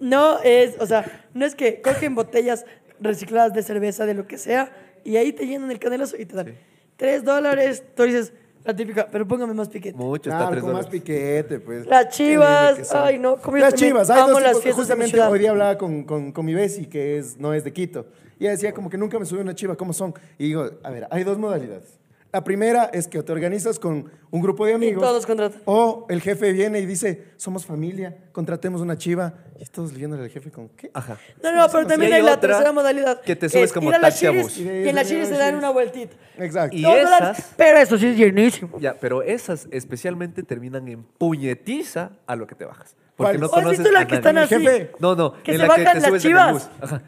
B: No es, o sea, no es que cogen botellas recicladas de cerveza, de lo que sea, y ahí te llenan el canelazo y te dan tres dólares. Tú dices, la típica, pero póngame más piquete.
C: Mucho, está
A: Claro,
C: tres
A: con más
C: dólares.
A: piquete, pues.
B: Las
A: Qué lindo
B: chivas,
A: que son.
B: ay, no, como yo
A: Las
B: también
A: chivas, hay
B: amo
A: dos
B: las
A: tipos.
B: fiestas de mi
A: Justamente
B: ciudad.
A: hoy día hablaba con, con, con mi Bessie, que es, no es de Quito. Y ella decía como que nunca me subió una chiva, ¿cómo son? Y digo, a ver, hay dos modalidades. La primera es que te organizas con un grupo de amigos.
B: todos contratan.
A: O el jefe viene y dice, somos familia, contratemos una chiva. Y todos leyéndole al jefe con, ¿qué?
C: Ajá.
B: No, no, pero también
C: Y
B: hay,
C: hay
B: la
C: otra
B: tercera modalidad.
C: que te subes
B: es
C: como
B: ir a las
C: taxi a
B: Shiris
C: bus.
B: Y en las Shiris te dan una vueltito.
A: Exacto.
C: Y
B: Dos dólares,
C: esas-
B: pero eso sí es llenísimo.
C: Ya, pero esas especialmente terminan en puñetiza a lo que te bajas.
A: ¿Cuál?
C: Porque no
A: ¿O
B: ¿O ¿Has
C: conoces
B: visto
C: a
B: las que
C: nadie.
B: están así?
A: Jefe,
C: No, no,
B: que
C: en
B: se
C: la que
B: bajan
C: te
B: las
C: subes en el
B: chivas.
C: bus. Ajá.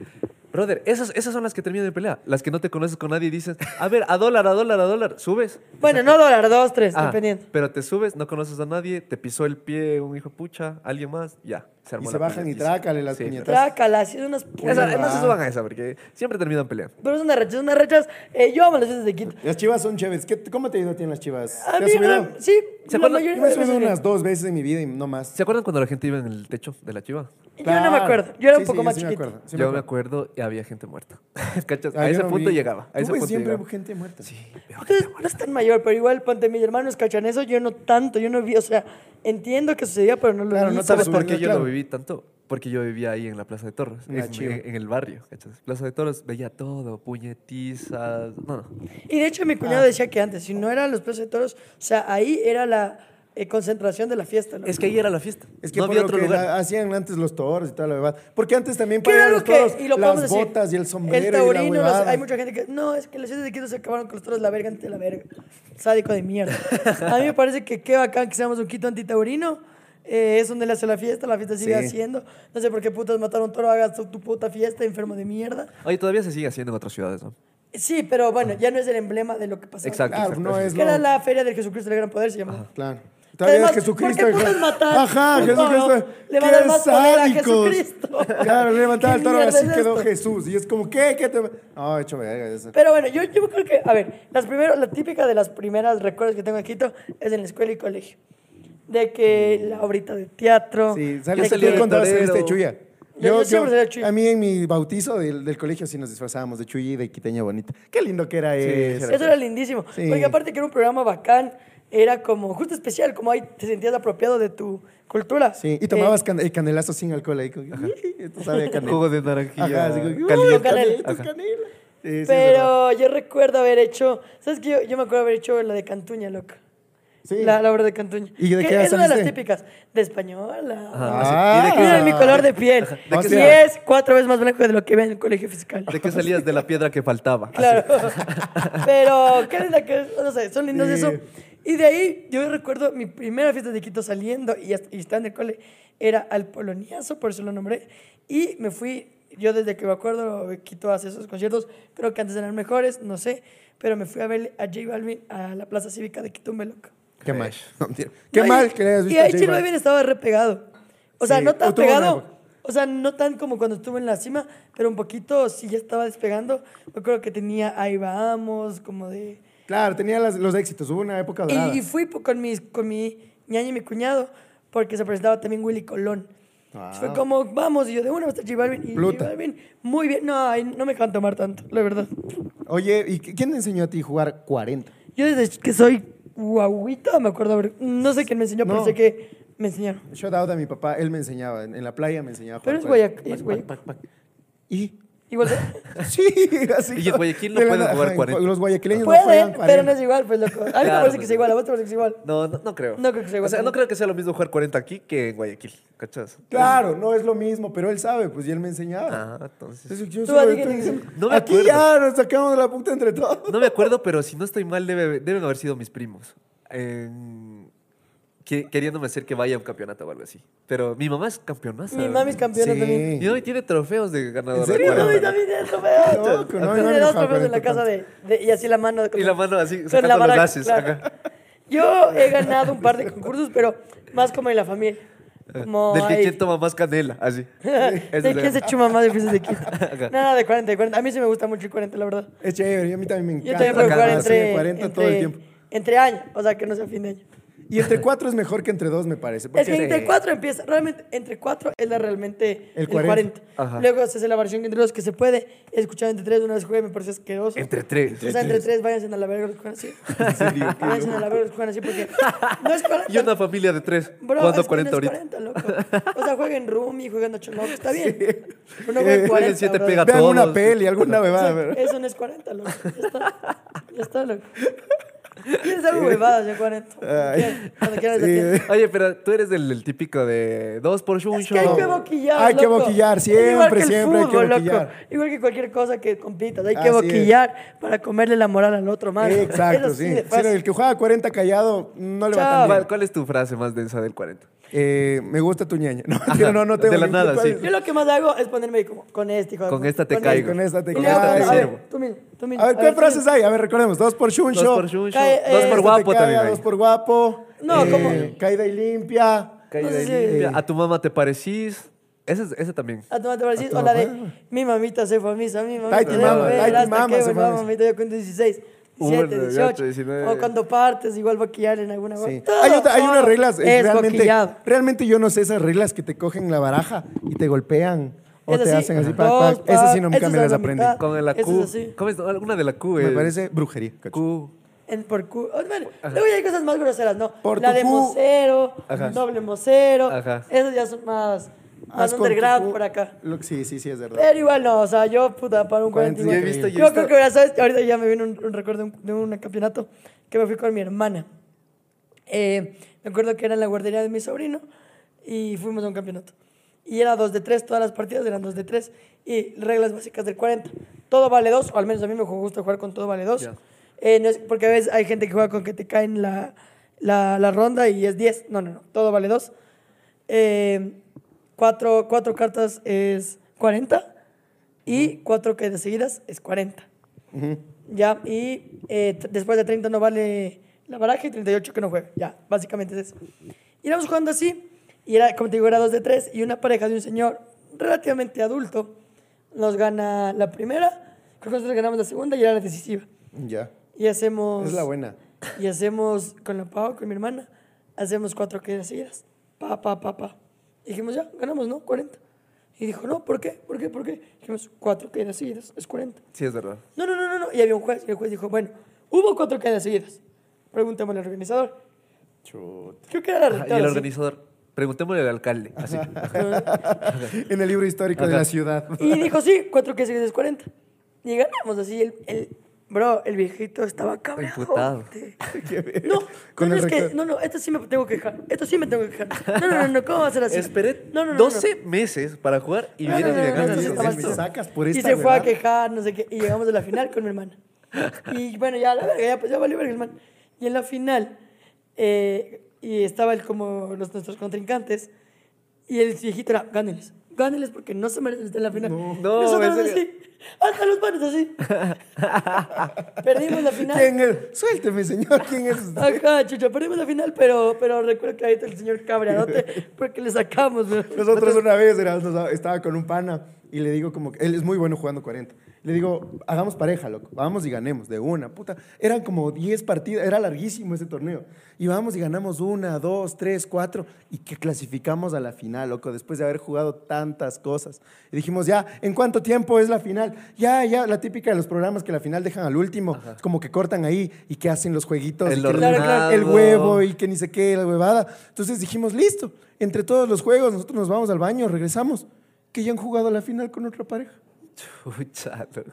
C: Brother, esas, esas son las que terminan en pelea. Las que no te conoces con nadie y dices, a ver, a dólar, a dólar, a dólar, subes.
B: Bueno, no dólar, dos, tres,
C: Ah,
B: dependiendo.
C: Pero te subes, no conoces a nadie, te pisó el pie un hijo de pucha, alguien más, ya. Se armó
A: Y se
C: la
A: bajan y
C: puñetiza.
A: trácale las ah.
C: pero-
A: puñetazas.
B: Trácala, así de unas
C: Esa-
A: Puñalada.
C: no se suban a esa porque siempre terminan peleando.
B: Pero son de rechas, son de rechas. Eh, yo amo las fiestas de Quito.
A: Las chivas son chéveres. ¿Qué- ¿Cómo te ha ido a ti en las chivas?
B: A
A: ¿Te
B: mí,
A: has subido?
B: ah, sí,
C: ¿Se
B: la
A: Yo
C: acuerdan?
A: me
B: mayoría
A: he
B: de veces
A: subido
B: sí.
A: unas dos veces en mi vida y no más.
C: ¿Se acuerdan cuando la gente iba en el techo de la chiva?
B: Yo no me
A: Claro.
B: acuerdo, yo era un
A: Sí,
B: poco
A: sí,
B: más
A: sí me
B: chiquito.
A: acuerdo, sí me
C: yo me
A: acuerdo.
C: acuerdo y había gente muerta. ¿Cachas?
A: Ah,
C: A
A: yo
C: ese
A: no
C: punto
A: vi.
C: llegaba. A
A: Tú
C: ese
A: ves,
C: punto
A: siempre
C: llegaba.
A: hubo gente muerta.
B: Ustedes no es tan mayor, pero igual, ponte, mis hermanos cachan eso, yo no tanto, yo no vi, o sea, entiendo que sucedía, pero no lo
A: Claro,
B: vi.
A: no te
C: ¿Sabes
A: Claro,
C: por qué yo
A: claro.
C: no viví tanto? Porque yo vivía ahí en la Plaza de Toros,
A: En la
C: en,
A: Chiva.
C: en- en el barrio. ¿cachas? Plaza de Toros veía todo, puñetizas. No, no.
B: Y de hecho mi cuñado
A: Ah.
B: decía que antes, si no eran los plazas de toros, o sea, ahí era la eh, concentración de la fiesta. ¿no?
C: Es que ahí era la fiesta.
A: Es que
C: no
A: por
C: había
A: lo
C: otro
A: que
C: lugar.
A: la- hacían antes los toros y toda la verdad. Porque antes también
B: Que
A: para ir
B: era
A: a
B: algo
A: los
B: que,
A: toros,
B: y lo podemos
A: las
B: decir,
A: botas y el sombrero
B: el
A: y
B: taurino,
A: la
B: los-
A: huevada.
B: hay mucha gente que, no, es que las fiestas de Quito se acabaron con los toros, la verga ante la verga. Sádico de mierda. A mí me parece que qué bacán que seamos un Quito antitaurino. Eh, es donde le hace la fiesta, la fiesta sigue
A: Sí.
B: haciendo. No sé por qué putas matar a un toro, hagas tu, tu puta fiesta, enfermo de mierda.
C: Oye, todavía se sigue haciendo en otras ciudades, ¿no?
B: Sí, pero bueno, ya no es el emblema de lo que pasó.
C: Exacto.
A: Claro, no es
B: Que era
A: lo-
B: la feria del Jesucristo del Gran Poder, se llamaba.
A: Claro. Todavía
B: además,
A: es Jesucristo.
B: ¿por qué putas
A: hijo-
B: matar
A: Ajá,
B: un toro?
A: Jesucristo.
B: Le van a dar
A: ¡Qué
B: más poder a
A: sádicos!
B: Jesucristo.
A: Claro, le levantaba
B: ¿Qué
A: el toro,
B: mierda
A: así
B: es
A: quedó
B: esto?
A: Jesús. Y es como, ¿qué? ¿Qué te.? No, hecho verga. eso.
B: Pero bueno, yo, yo creo que, a ver, las primeras, la típica de las primeras recuerdos que tengo de Quito es en la escuela y colegio. De que la obrita de teatro.
A: Sí,
C: Yo
A: sales
C: salí
A: tú
C: de
A: contabas en
C: torero.
A: este Chuya.
B: Yo- yo siempre salí de Chuya.
A: A mí en mi bautizo del, del colegio sí nos disfrazábamos de Chuya y de Quiteña Bonita. Qué lindo que era eso.
B: Eso era lindísimo.
A: Sí.
B: Porque aparte que era un programa bacán, era como justo especial, como ahí te sentías apropiado de tu cultura.
A: Sí, y
B: Eh,
A: tomabas can- el canelazo sin alcohol ahí. Como, esto sabe a canela.
C: Jugo de naranjilla.
A: Ajá, así como, "Uh".
C: caliente.
A: "Uy, canelita,
C: Ajá.
A: canela". Sí, sí, es verdad.
B: pero yo recuerdo haber hecho, ¿sabes qué? Yo, yo me acuerdo haber hecho la de Cantuña, loca.
A: Sí.
B: La, la obra de Cantuña.
A: ¿Y de
B: Que
A: qué edad
B: es una de las
A: saliste?
B: típicas. De española.
A: Ah, sí. ¿Y de qué
B: Miren
A: edad?
B: mi color de piel.
A: ¿De qué
B: Y
A: edad?
B: es cuatro veces más blanco de lo que ve en el colegio fiscal.
C: ¿De qué salías? De la piedra que faltaba. Así.
B: Claro. Pero, ¿qué linda que es? No sé, son lindos
A: Sí.
B: eso. Y de ahí, yo recuerdo mi primera fiesta de Quito saliendo y, hasta- y estando en el cole, era al Poloniazo, por eso lo nombré. Y me fui, yo desde que me acuerdo, Quito hace esos conciertos, creo que antes eran mejores, no sé, pero me fui a ver a J Balvin a la Plaza Cívica de Quito, loca.
A: Qué mal. No, mentira. Qué mal que le hayas visto
B: Y
A: a
B: ahí
A: J
B: J
A: Balvin.
B: Balvin estaba re pegado. O sea,
A: Sí,
B: no tan
A: tuvo una época.
B: pegado. O sea, no tan como cuando estuvo en la cima, pero un poquito sí ya estaba despegando. Me acuerdo que tenía Ahí vamos, como de.
A: Claro, tenía las- los éxitos. Hubo una época dorada.
B: Y, y fui po- con, mis, con mi ñaña y mi cuñado, porque se presentaba también Willy Colón.
A: Ah.
B: Fue como, vamos, y yo de una va a estar J Balvin. Y
A: Pluta.
B: J Balvin, muy bien. No, ay, no me dejaban tomar tanto, la verdad.
A: Oye, ¿y qu- quién te enseñó a ti jugar 40?
B: Yo desde que soy guaguita, me acuerdo, haber- no sé quién me enseñó, pero
A: No.
B: sé que me enseñaron.
A: Shout out a mi papá, él me enseñaba, en en la playa me enseñaba a jugar.
B: Pero es
A: cuarenta.
B: Guayaquil, es
A: Pac, pac, pac, pac. Y
B: Igual.
A: sí, así.
C: Y en
A: como-
C: Guayaquil no
A: de la
C: pueden
A: nada,
C: jugar
A: ajá, en
C: 40.
A: Los guayaquileños no juegan
B: Pueden,
A: 40.
B: pero no es igual, pues loco. A mí me
C: Claro,
B: parece que es
C: pues,
B: igual, a vos te parece que es igual.
C: No, no, no creo.
B: No creo que sea igual.
C: O sea, no creo que sea lo mismo jugar 40 aquí que en Guayaquil. ¿Cachas?
A: Claro, no es lo mismo, pero él sabe, pues y él me enseñaba.
C: Ah, entonces.
A: Entonces, yo
B: Tú,
A: solo-
B: así que-
A: entonces,
C: No me
A: aquí
C: acuerdo.
A: ya nos sacamos la puta entre todos.
C: No me acuerdo, pero si no estoy mal, debe- deben haber sido mis primos. En- que- queriéndome hacer que vaya a un campeonato o algo así. Pero mi mamá es campeonaza.
B: Mi mami es campeona
A: Sí.
B: también.
C: Mi mami tiene trofeos de ganador.
A: ¿En
C: de
A: serio?
B: Mi mami
C: 40.
B: también tiene trofeos.
A: No, que no, no,
B: Tiene
A: no,
B: dos
A: no,
B: trofeos en la
A: no,
B: casa de, de- Y así la mano.
C: Y la mano así,
B: con
C: sacando
B: la
C: los
B: vara,
C: laces, ajá.
B: Yo he ganado un par de concursos, pero más como en la familia. Como,
C: Eh, Del que
B: ay,
C: quién toma más canela, así. Ese
B: ¿De quién se chuma más de fiestas de Quito?
C: Ajá.
B: Nada, de 40, de 40. A mí sí me gusta mucho el 40, la verdad.
A: Es chévere, a mí también me
B: Yo
A: encanta.
B: también puedo jugar
A: así de
B: entre.
A: 40
B: entre,
A: todo el tiempo.
B: Entre años, o sea, que no sea fin de año.
A: Y entre 4 es mejor que entre 2, me parece.
B: Es
A: porque-
B: que entre cuatro empieza, realmente entre cuatro es la realmente
A: El
B: el 40.
A: 40.
C: Ajá.
B: Luego se hace la versión entre los que se puede. He escuchado entre tres, una vez jugué, me pareció asqueroso.
C: Entre tres.
B: o sea, entre tres, váyanse a la verga los que juegan así. váyanse a la verga los que juegan así porque no es 40.
C: Y una familia de tres.
B: Bro,
C: ¿Cuándo
B: es que
C: 40
B: no es
C: ahorita?
B: 40, loco. O sea, jueguen roomie, jueguen ocho locos, está bien. Pero no jueguen
A: Eh, jueguen
B: 40,
C: siete
B: bro.
C: pega
A: Vean
C: todos.
A: una peli, alguna
B: O sea,
A: bebada.
B: Eso no es 40, loco. Ya está, ya está loco. Quieres algo huevado, yo 40.
A: Ay.
B: Cuando quieras,
A: Sí.
B: aquí.
C: Oye, pero tú eres del, del típico de dos por un
B: Es que hay que
C: show.
B: boquillar.
A: Hay que
B: loco.
A: boquillar,
B: Es igual que
A: siempre,
B: el
A: siempre hay que
B: fútbol,
A: boquillar.
B: Loco. Igual que cualquier cosa que compitas, hay que
A: Así es.
B: boquillar para comerle la moral al otro más.
A: Exacto, sí.
B: de
A: Sí,
B: fácil.
A: el que juega 40 callado no le va
B: Chao.
A: tan bien.
C: ¿Cuál, cuál es tu frase más densa del 40?
A: Eh, me gusta tu ñaña. No, no, no, no
C: de
A: tengo
C: la
A: ningún-
C: nada,
A: ¿cuál
C: sí.
A: es?
B: Yo lo que más hago es ponerme como con este hijo. de
C: Con
B: puta,
C: esta te
B: este.
C: caigo.
A: Con esta te
B: Y
A: caigo.
B: le hago,
A: Ah,
B: a
A: te
B: ver,
C: sirvo.
B: Tú mismo, tú mismo.
A: A ver, ¿qué
B: tú
A: frases
B: mismo.
A: hay? A ver, recordemos. Dos por Shun
C: Dos
A: Shop.
C: por Shun Shop.
B: Cae, eh,
C: dos
A: Esta
C: por
A: te
C: guapo
A: caga,
C: también. hay.
A: Dos por guapo.
B: No,
A: Eh,
B: ¿cómo?
A: Caída y limpia.
C: Caída
B: No sé
C: y
B: si-
C: limpia. A tu mamá te parecís. Esa, es- esa también.
B: A tu mamá te va a decir,
A: tu
B: o la de,
A: mamá.
B: mi mamita se fue a misa, mi mamita.
A: Ay, tu
B: se
A: mamá,
B: fue,
A: ay, tu
B: hasta
A: mamá
B: que,
A: se
B: bueno,
A: fue a
B: mamá,
A: misa.
B: mamita, yo con 16,
C: Uno,
B: 17,
C: ocho,
B: 18.
C: 19.
B: O cuando partes, igual boquillar en alguna
A: Sí.
B: Todo,
A: Hay, otra- hay
B: todo
A: unas reglas. eh,
B: Es
A: realmente,
B: boquillado.
A: realmente yo no sé esas reglas que te cogen la baraja y te golpean o
B: Es
A: te
B: así,
A: hacen así.
B: dos,
A: Pac, pac.
B: pac.
A: Esas sí no nunca
B: Esas
A: me
B: son
A: las
B: la
A: aprendí.
B: mitad.
C: Con la
B: Eso Ah, es
C: Q.
B: así.
C: ¿Cómo es? Alguna de la Q.
A: Me
C: eh,
A: parece brujería. cacho.
C: Q.
B: En por Q. Oh, bueno, luego ya hay cosas más groseras, ¿no?
A: Por
B: la
A: tu
B: de
A: Q.
B: mocero, doble mocero.
C: Ajá.
B: Esas ya son más,
A: Haz
B: más
A: con tu
B: underground
A: cu-
B: por acá.
A: lo- sí, sí, sí, es verdad.
B: Pero igual no, o sea, yo, puta, para un
A: Cuarenta y
B: 41.
A: cinco.
C: Yo he visto- yo he
B: yo
C: visto-
B: creo que ahora, ¿sabes? Ahorita ya me vino un, un recuerdo de un, de un campeonato que me fui con mi hermana. Eh, me acuerdo que era en la guardería de mi sobrino y fuimos a un campeonato. Y era 2 de 3, todas las partidas eran 2 de 3. Y reglas básicas del 40. Todo vale 2, o al menos a mí me gusta jugar con todo vale 2.
C: Ya.
B: porque a veces hay gente que juega con que te caen la, la, la ronda y es 10. No, no, no, todo vale 2. cuatro, cuatro cartas es 40 y cuatro que de seguidas es 40. Ya, y eh, t- después de 30 no vale la baraja y 38 que no juega. Ya, básicamente es eso. Y íbamos jugando así, y era, como te digo, era dos de tres, y una pareja de un señor relativamente adulto nos gana la primera, creo que nosotros ganamos la segunda y era la decisiva.
A: Ya.
B: Y hacemos...
A: Es la buena.
B: Y hacemos con la Pau, con mi hermana, hacemos cuatro queridas seguidas. Pa, pa, pa, pa. Y dijimos, ya, ganamos, ¿no? 40. Y dijo, no, ¿por qué? ¿Por qué? ¿Por qué? Dijimos, cuatro queridas seguidas, es 40.
C: Sí, es verdad.
B: No, no, no, no, no. Y había un juez, y el juez dijo, bueno, hubo cuatro quedas seguidas. Preguntémosle al organizador. Creo que era la
C: Ajá,
B: rectora.
C: Y el
B: sí.
C: organizador. Preguntémosle al alcalde. Así.
A: En el libro histórico de
C: Ajá.
A: la ciudad.
B: Y dijo, sí, cuatro quedas seguidas es 40. Y ganamos así. El, el- bro, el viejito estaba cabreado.
C: Imputado.
A: Qué ver-
B: No,
A: Con
B: no,
A: el
B: es que,
A: rector.
B: no, no, esto sí me tengo que dejar. Esto sí me tengo que dejar. No, no, no, no ¿cómo va a ser así?
C: Esperé
B: no, no, no, no.
C: 12 meses para jugar y
B: No,
C: vienes
B: no,
C: y le
B: no, no,
C: ganas
B: no,
A: esto
C: esto.
A: está
B: estaba
A: Me sacas por
B: Y
A: esta
B: se fue a
A: huevada.
B: quejar, no sé qué. Y llegamos a la final con mi hermana. Y bueno, ya la verga, ya, pues ya valió verga el man. Y en la final, eh, y estaba el, como los, nuestros contrincantes, y el viejito era, gánenles, gánenles porque no se merecen estar en la final.
C: No.
B: Y
C: No,
B: Nosotros
C: en serio.
B: así, hasta los manos así. Perdimos la final.
A: ¿Quién es? Suélteme, señor. ¿Quién es? usted?
B: Ajá, chucha, perdimos la final, pero, pero recuerdo que ahorita el señor cabreadote porque le sacamos, güey.
A: Nosotros una vez era- nos- estaba con un pana y le digo como que él es muy bueno jugando 40. Le digo, hagamos pareja, loco. Vamos y ganemos de una, puta. Eran como 10 partidas, era larguísimo ese torneo. Y vamos y ganamos una, dos, tres, cuatro y que clasificamos a la final, loco, después de haber jugado tantas cosas. Y dijimos, ya, ¿en cuánto tiempo es la final? Ya, ya, la típica de los programas que la final dejan al último, es como que cortan ahí y que hacen los jueguitos,
C: El
A: y que el-
C: hornado.
A: el huevo y que ni sé qué, la huevada. Entonces dijimos, listo, entre todos los juegos, nosotros nos vamos al baño, regresamos. Que ya han jugado la final con otra pareja.
C: Chucha, loco.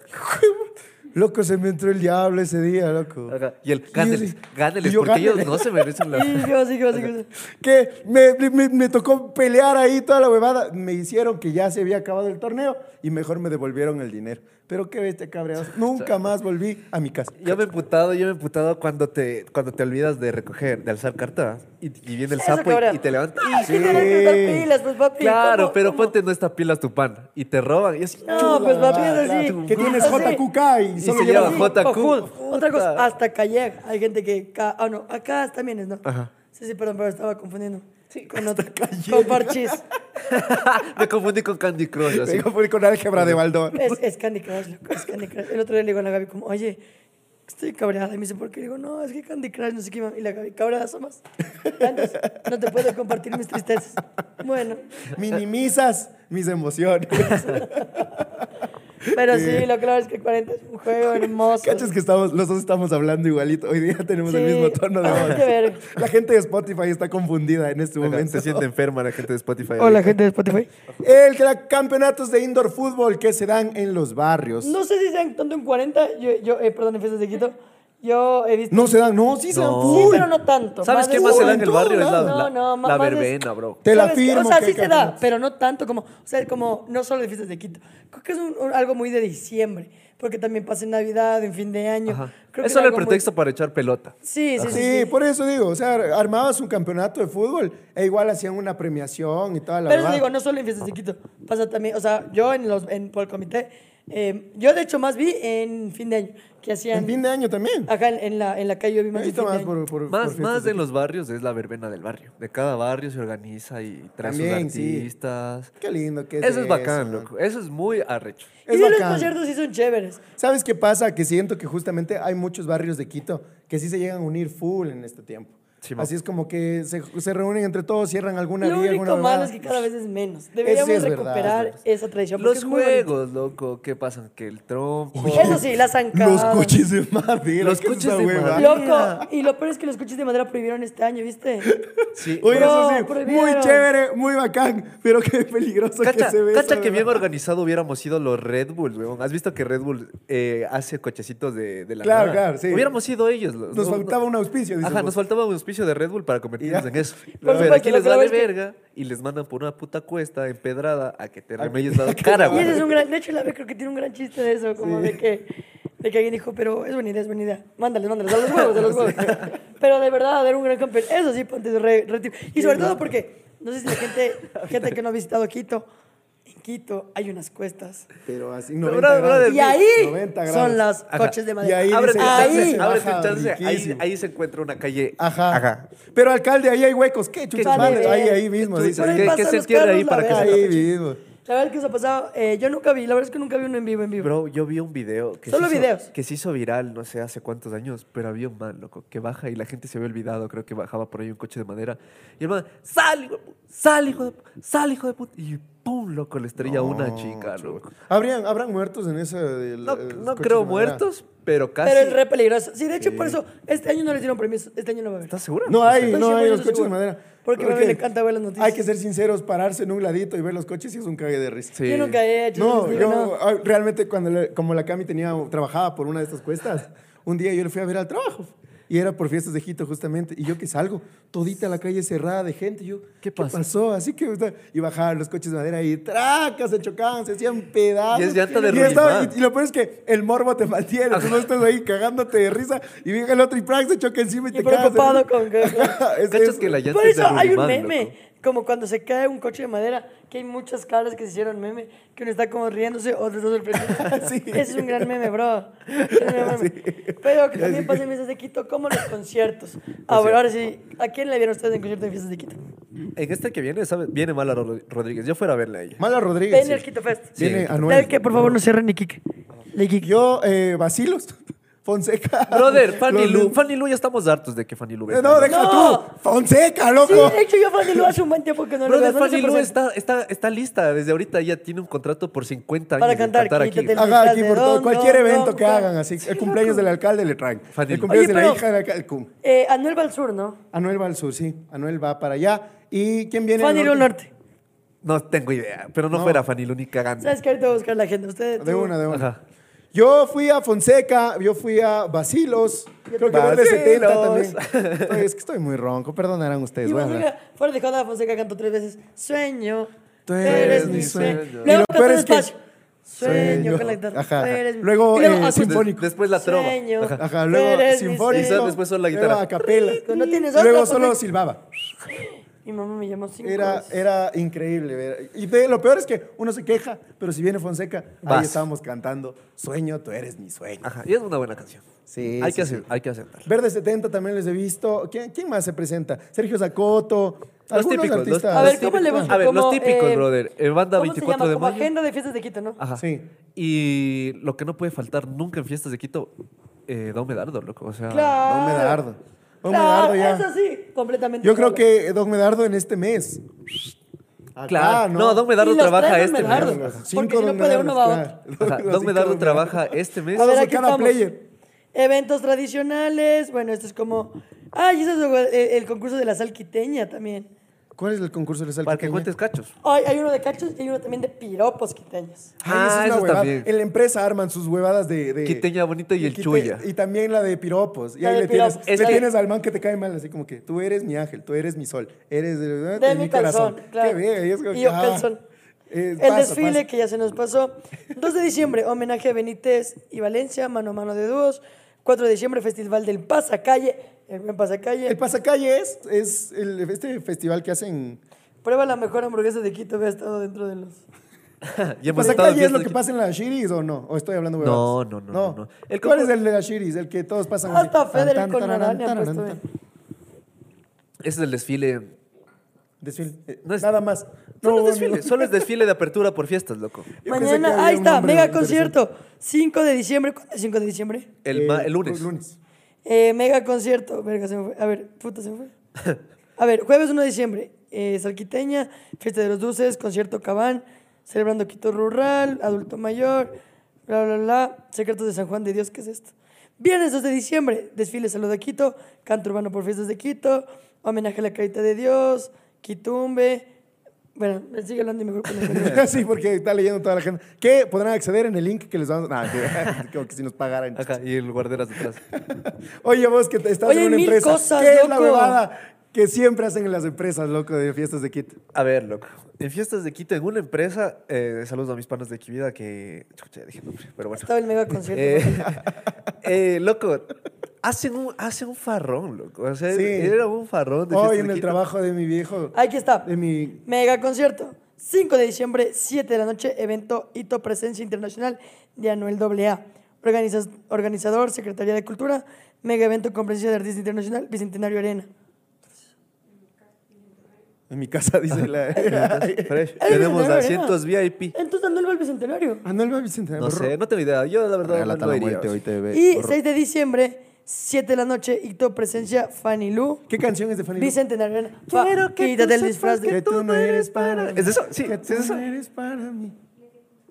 A: Loco, se me entró el diablo ese día, loco.
C: Ajá, Y el
A: yo
C: gánenles,
A: sí-
C: gánenles,
A: y yo
C: porque ellos
A: gánenles.
C: no se merecen la.
B: Y yo así, yo así, yo así.
A: Que me, me- me tocó pelear ahí toda la huevada. Me hicieron que ya se había acabado el torneo y mejor me devolvieron el dinero. Pero qué bestia, cabreados. Nunca más volví a mi casa.
C: Yo me he emputado, yo me he emputado cuando te, cuando te olvidas de recoger, de alzar carta. Y, y viene el
B: Eso,
C: sapo
B: cabrón.
C: y, y te levanta.
B: Ay,
A: Sí.
B: que tiene que usar pilas, pues papi.
C: Claro,
B: ¿cómo-
C: pero
B: cómo?
C: ponte no estapilas tu pan y te roban. Y es
B: No, pues papi, es así.
A: Ah, Que tienes
B: Así.
A: JQK y
C: Y
A: solo
C: se
A: llevas
C: lleva JQ.
B: Ojo, Otra cosa,
C: Puta.
B: hasta Calleja. Hay gente que. ca- Ah, no, acá también es, ¿no?
C: Ajá.
B: Sí, sí, perdón, pero estaba confundiendo. Sí, con otra. Con Parchis.
C: Me confundí con Candy Crush. así.
A: Tengo que ir con álgebra de Baldor.
B: Es, es Candy Crush, loco, es Candy Crush. El otro día le digo a la Gaby, como, oye, estoy cabreada. Y me dice, ¿por qué? Le digo, no, es que Candy Crush, no sé qué. Y la Gaby, cabreada somos. Andas, no te puedo compartir mis tristezas. Bueno,
A: Minimizas mis emociones.
B: pero sí, lo claro es que 40 es un juego hermoso.
A: Cachas que estamos, los dos estamos hablando igualito. Hoy día tenemos el
B: Sí.
A: mismo tono de
B: Ay,
A: voz.
B: qué verga.
A: La gente de Spotify está confundida en este
C: Ajá,
A: momento.
C: Se siente enferma la gente de Spotify.
B: Hola, gente de Spotify.
A: El que la- campeonatos de indoor fútbol que se dan en los barrios.
B: No sé si sean tanto en 40, yo, yo eh, perdón, en fiestas de Quito. Yo he visto.
A: No se dan, no, sí se dan
C: No.
B: Sí,
A: full.
B: pero no tanto.
C: ¿Sabes qué
B: de-
C: más se da
A: en
C: en el
A: todo
C: barrio? Es la,
A: lado.
B: No,
C: la-
B: no, más
C: la
B: de-
C: verbena, bro.
A: Te la
B: ¿Sabes qué?
A: firmo,
B: O sea,
A: que
B: sí se
A: caminas.
B: da, pero no tanto como, o sea, como no solo de fiestas de Quito. Creo que es un- un- algo muy de diciembre, porque también pasa en Navidad, en fin de año.
C: Ajá.
B: Creo que
C: Es solo el
B: algo muy-
C: pretexto para echar pelota.
B: Sí, sí,
A: Sí,
B: sí.
A: pues,
B: sí.
A: por eso digo, o sea, armabas un campeonato de fútbol e igual hacían una premiación y toda la
B: Pero eso
A: huevada.
B: digo, no solo en fiestas de Quito. Pasa también, o sea, yo en los, en, por el comité, eh, yo de hecho más vi en fin de año, que hacían... Ah,
A: En fin de año también.
B: Acá en, en la, en la calle yo vi más. de
A: Necesito
B: fin de
A: más por,
B: año.
A: por- por
C: Más,
A: fiestas
C: más
A: de
C: en los barrios es la verbena del barrio. De cada barrio se organiza y trae
A: También,
C: sus
A: sí.
C: artistas.
A: Qué lindo que es
C: Eso es bacán,
A: eso, ¿no?
C: loco. Eso es muy arrecho.
B: Y
A: Es
B: sí, los
A: bacán.
B: conciertos sí son chéveres.
A: ¿Sabes qué pasa? Que siento que justamente hay muchos barrios de Quito que sí se llegan a unir full en este tiempo.
C: Sí, ma.
A: Así es como que se, se reúnen entre todos, cierran alguna
B: Lo
A: vía, alguna
B: único malo
A: huevada.
B: es que cada vez es menos. Deberíamos
A: pues. es verdad, pues.
B: recuperar
A: es verdad.
B: esa tradición. porque
C: Los
B: es muy bonito.
C: juegos, loco. ¿Qué pasan? Que el trompo.
B: Eso sí, la zancada.
A: Los coches de madera.
C: Los
A: ¿qué es
C: coches
A: esa
C: de
A: hueva?
C: madera.
B: Loco, y lo peor es que los coches de madera prohibieron este año, ¿viste?
C: Sí.
A: Oye,
B: Bro,
A: eso sí, muy
B: prohibieron.
A: chévere, muy bacán, pero qué peligroso
C: Cacha,
A: que se ve.
C: cacha
A: eso,
C: que bien
A: ¿verdad?
C: organizado hubiéramos sido los Red Bulls, weón. ¿Has visto que Red Bull eh, hace cochecitos de, de la
A: Claro,
C: nada?
A: claro, sí.
C: Hubiéramos sido ellos. los-
A: Nos
C: no-
A: faltaba un auspicio, dices
C: Ajá,
A: vos.
C: nos faltaba un auspicio de Red Bull para convertirnos
A: Ya.
C: en eso.
B: Por
C: Pero
B: supuesto,
C: aquí
B: lo
C: les
B: que
C: vale
B: es que-
C: verga y les mandan por una puta cuesta empedrada a que te
A: que-
C: remelles la
A: a que
C: cara,
A: te
B: Y
C: güey.
B: ese es un gran. De hecho, la B creo que tiene un gran chiste de eso, como de que. De que alguien dijo, pero es buena idea, es buena idea. Mándales, mándales, a los huevos, a los huevos. Pero de verdad, era un gran campeón. Eso sí, ponte re, re tip. Y sobre todo porque, no sé si la gente, gente que no ha visitado Quito, en Quito hay unas cuestas.
A: Pero así,
C: Pero,
A: 90
C: brother,
A: grados.
C: brother,
B: Y ahí
A: 90 grados.
B: son los
C: Ajá.
B: coches de
A: Y
B: madera.
A: ahí
C: Ábrete
A: dice,
C: un
B: ahí.
C: chance, ábrete un
A: Baja,
C: chance. Ahí,
A: riquísimo.
C: ahí se encuentra una calle.
A: Ajá. Pero alcalde, ahí hay huecos. ¿Qué chuchas?
B: vale
A: manos?
B: ver.
A: Ahí, ahí mismo.
B: Por
C: ¿Qué,
A: Dice,
B: ahí
C: qué
B: pasan
C: se
B: los
C: entierra
B: carros,
C: ahí
B: la
C: para que
B: verga.
C: se
A: ahí mismo.
B: La verdad es que eso ha pasado. eh, yo nunca vi, la verdad es que nunca vi uno en vivo, en vivo.
C: Bro, yo vi un video que,
B: Solo
C: se hizo,
B: videos.
C: que se hizo viral, no sé hace cuántos años, pero había un man, loco, que baja y la gente se había olvidado, creo que bajaba por ahí un coche de madera. Y el man, sal, hijo de pu- sal, hijo de pu- sal, hijo de puta. Y pum, loco, le estrella a una
A: No,
C: chica, loco.
A: ¿Habrían, ¿Habrán muertos en ese? del-
C: No,
A: eh,
C: no
A: coche
C: creo
A: de madera?
C: muertos, pero casi.
B: Pero es re peligroso. Sí, de hecho, por eso, este año no les dieron permiso. Este año no va a haber.
C: ¿Estás segura?
A: No hay,
B: Estoy
A: no hay
B: seguro,
A: los
B: estoy
A: coches de
B: seguro.
A: madera.
B: Porque a mí me encanta ver las noticias.
A: Hay que ser sinceros, pararse en un ladito y ver los coches y es un cague de risa.
C: Sí.
B: Yo nunca he hecho.
A: No,
B: les digo,
A: yo
B: no.
A: ah, realmente cuando la- como la Cami tenía uh, trabajaba por una de estas cuestas, un día yo le fui a ver al trabajo y era por fiestas de Quito justamente y yo que salgo todita la calle cerrada de gente, yo
C: ¿Qué pasa?
A: Así que o sea, y bajaban los coches de madera y tracas se chocaban, se hacían pedazos.
C: Y es llanta de
A: y, estaba-
C: Ruiz, va.
A: y- y lo peor es que el morbo te mantiene, tú no estás ahí cagándote de risa y viene el otro y ¡prac! se choca encima y,
B: Y
A: te cagas. de
B: preocupado
A: risa.
B: con que-
A: Es
C: Cachas
A: eso.
C: que la llanta
B: Por
C: es de
B: eso hay un
C: Rulimán,
B: meme.
C: loco.
B: Como cuando se cae un coche de madera, que hay muchas caras que se hicieron meme, que uno está como riéndose, otro está sorprendido.
A: Sí.
B: Ese es un gran meme, bro. Es un gran meme. Pero que también pasen fiestas de Quito, como los conciertos.
C: Pues
B: Ahora, ahora sí, ¿a quién le vieron ustedes en concierto de fiestas de Quito?
C: En este que viene, ¿sabes? Viene Mala Rod- Rodríguez. Yo fuera a verla a ella.
A: Mala Rodríguez.
B: Ven el
A: sí.
B: Quito Fest.
C: Sí.
A: Viene
C: el-
A: Anuel.
B: ¿Sabes que por favor no cierren ni Kike? Ni Kike.
A: Yo, eh, Basilos, Fonseca.
C: Brother, Fanny
A: Los-
C: Lu, Fanny Lu, ya estamos hartos de que Fanny Lu
A: Eh,
C: venga.
A: No, déjalo
B: No.
A: tú. Fonseca, loco.
B: Sí, de hecho yo Fanny Lu hace un buen tiempo que no lo veo.
C: Brother,
B: ¿Dónde
C: Fanny
B: se
C: Lu
B: presenta?
C: está, está, está lista. Desde ahorita ya tiene un contrato por 50 años
B: Para
C: de
B: cantar,
C: aquí. Ah,
B: quítate el-
A: Ajá, aquí
B: Calderón,
A: por todo. Cualquier
B: no,
A: evento
B: no,
A: que
B: no.
A: hagan, así. el cumpleaños del alcalde le traen.
C: Fanny
A: El
C: Lu.
A: cumpleaños de
B: Oye,
A: la
B: pero-
A: hija del alcalde. cum.
B: Eh, Anuel va al sur, ¿no?
A: Anuel va al sur, sí. Anuel va para allá. ¿Y quién viene?
B: Fanny
A: del
B: Lu norte.
C: No tengo idea, pero no,
A: No.
C: fuera Fanny Lu ni cagando.
B: ¿Sabes que Ahorita voy a buscar la agenda. Ustedes.
A: De
B: tú-
A: una, de una.
C: Ajá.
A: Yo fui a Fonseca, yo fui a Basilos. Creo que fue el de 70
C: Basilos.
A: también. Estoy- es que estoy muy ronco, perdonarán ustedes.
B: Y
A: voy a hablar.
B: Fonseca, fuera de joda, Fonseca cantó tres veces. Sueño.
A: Tú eres mi sueño. Y
B: Luego
A: lo
B: cantó
A: peor es que-
B: despacio. Sueño
A: Sueño.
B: con la guitarra.
A: Ajá,
B: Tú
A: ajá.
B: eres mi-
A: Luego,
B: Y
A: eh,
B: ah,
A: sin-
B: pues,
A: Sinfónico.
C: Después la trova.
B: Sueño.
A: Ajá,
B: Tú
A: luego
B: eres mi
A: sinfónico.
B: sueño.
C: Después solo la
A: Luego
C: guitarra.
A: a capela.
B: No tienes otra,
A: Luego
B: pues,
A: solo
B: ahí-
A: silbaba.
B: Mi mamá me llamó cinco
A: Era,
B: veces.
A: era increíble ver. Y de- lo peor es que uno se queja, pero si viene Fonseca,
C: Vas.
A: ahí estábamos cantando Sueño, tú eres mi sueño.
C: Ajá, y es una buena canción.
A: Sí,
C: hay,
A: sí,
C: que hacer, hay que aceptarla.
A: Verde 70 también les he visto. ¿Quién, quién más se presenta? Sergio Zacoto.
C: Los
A: algunos
C: típicos, los,
A: artistas.
B: A ver,
C: los
B: ¿cómo le
C: típicos.
B: busco?
C: A ver, los
B: Como,
C: típicos,
B: eh,
C: brother. Eh, banda
B: ¿Cómo se
C: 24
B: llama?
C: de
B: Como
C: mayo.
B: agenda de fiestas de Quito, ¿no?
C: Ajá.
A: Sí.
C: Y lo que no puede faltar nunca en fiestas de Quito, eh, Don Medardo, loco. O sea,
B: Claro.
A: Don Medardo. Don
B: Claro,
A: Medardo ya.
B: Eso sí, completamente.
A: Yo creo
B: solo.
A: que eh, Don Medardo en este mes. Acá,
C: Claro. No, Don Medardo
B: Y los
C: trabaja
B: tres
C: este
B: Don Medardo.
C: mes.
A: Los
B: Porque
A: cinco
B: si no
A: Don
B: puede uno, va
A: Medardos,
B: otro.
A: claro.
C: Ajá,
A: Los
C: Don
A: cinco
C: Medardo
A: Don
C: trabaja
A: Medardos.
C: este mes.
A: A ver,
B: Pero
A: Todos
B: aquí
A: en cada
B: estamos.
A: player.
B: Eventos este tradicionales. Bueno, esto es como. Ah, y eso es el, el concurso de la sal quiteña también.
A: ¿Cuál es el concurso de la sal
C: Para que
A: quiteña?
C: cuentes cachos.
B: Ay, hay uno de cachos y hay uno también de piropos quiteños.
A: Ay, esa
C: Ah,
A: es una
C: eso
A: huevada.
C: también.
A: En la empresa arman sus huevadas de. de-
C: Quiteña bonita y el
A: quite-
C: chulla.
A: Y también la de piropos. Y
B: La
A: ahí
B: de
A: le tienes,
B: piropos.
A: le
C: Es que-
A: tienes al man que te cae mal, así como que tú eres mi ángel, tú eres mi sol, eres de,
B: De mi calzón, claro.
A: Qué bien. Y, es como
B: Y
A: que,
B: yo
A: ah,
B: calzón.
A: es-
B: El
A: pasa,
B: desfile
A: pasa.
B: que ya se nos pasó. 2 de diciembre, homenaje a Benítez y Valencia, mano a mano de dúos. 4 de diciembre, festival del Pasacalle. El buen Pasacalle.
A: El pasacalle es, es el- este festival que hacen.
B: Prueba la mejor hamburguesa de Quito que ha estado dentro de los.
C: Y
A: ¿El
C: hemos estado
A: pasacalle es lo
C: viendo
A: que
C: aquí.
A: pasa en las shiris o no? ¿O estoy hablando huevadas?
C: No, no, no, no, no. El
A: ¿Cuál
C: concur-
A: es el de las shiris? El que todos pasan. así,
B: Hasta
A: tan,
B: Ah, Federico
A: tan, tararán,
B: Noranha ha
A: tararán,
B: puesto
A: tan.
B: bien.
C: Ese es el desfile.
A: Desfile. Eh,
C: No es-
A: Nada más.
C: Solo
A: No,
C: es desfile.
A: no.
C: Solo es desfile de apertura por fiestas, loco.
A: Yo pensé que
B: Mañana,
A: había
B: ahí
A: un
B: está,
A: nombre
B: mega
A: interesante.
B: concierto. 5 de diciembre. ¿Cuándo es 5 de diciembre?
C: El,
A: Eh,
C: ma- el lunes.
A: lunes.
B: Eh, mega concierto. Verga, se me fue. A ver, puta, se me fue. A ver, jueves 1 de diciembre. Eh, Salquiteña, Fiesta de los Dulces, Concierto Cabán, Celebrando Quito Rural, Adulto Mayor, bla, bla, bla. Secretos de San Juan de Dios, ¿qué es esto? Viernes 2 de diciembre, Desfile Salud de Quito, Canto Urbano por Fiestas de Quito, Homenaje a la Carita de Dios, Quitumbe. Bueno, me sigue hablando y mejor con la
A: sí, porque está leyendo toda la gente. Que podrán acceder en el link que les vamos a. Nah, que- como que si nos pagaran.
C: Ajá, y el guarderas detrás.
A: Oye, vos que te- estás
B: Oye,
A: en una
B: mil
A: empresa.
B: cosas,
A: ¿Qué es la
B: loco?
A: huevada que siempre hacen en las empresas, loco, de fiestas de kit?
C: A ver, loco. En fiestas de Quito, en una empresa, eh, saludos a mis panas de Quivida que. Chucha, ya dije el nombre, pero bueno.
B: Estaba el mega concierto.
C: Eh, eh, loco, hacen un, hacen un farrón, loco. O sea,
A: Sí.
C: era un farrón de
A: Hoy
C: fiestas
A: en
C: de
A: el
C: Quito.
A: trabajo de mi viejo.
B: Aquí está.
A: De mi.
B: Mega concierto. 5 de diciembre, 7 de la noche, evento Hito Presencia Internacional de Anuel AA. Organiza- organizador, Secretaría de Cultura, mega evento con presencia de artista internacional, Bicentenario Arena.
A: En mi casa, dice la.
C: Entonces, fresh.
B: Ay,
C: Eh, Tenemos
B: mira,
C: asientos VIP.
B: Entonces Anuel va al Bicentenario.
A: Ah, no, el Babi Central,
C: No
A: borró.
C: sé, no tengo idea. Yo, la verdad, no, no iría.
B: Y 6 de diciembre, 7 de la noche, Hito Presencia, Fanny Lu,
A: ¿Qué canción es de Fanny? Lu?
B: Bicentenario Arena. Fa, quítate el disfraz
A: que
B: de...
A: tú no eres para mí.
C: ¿Es eso? Sí,
A: que
C: ¿es
A: tú
C: eso?
A: no eres para mí.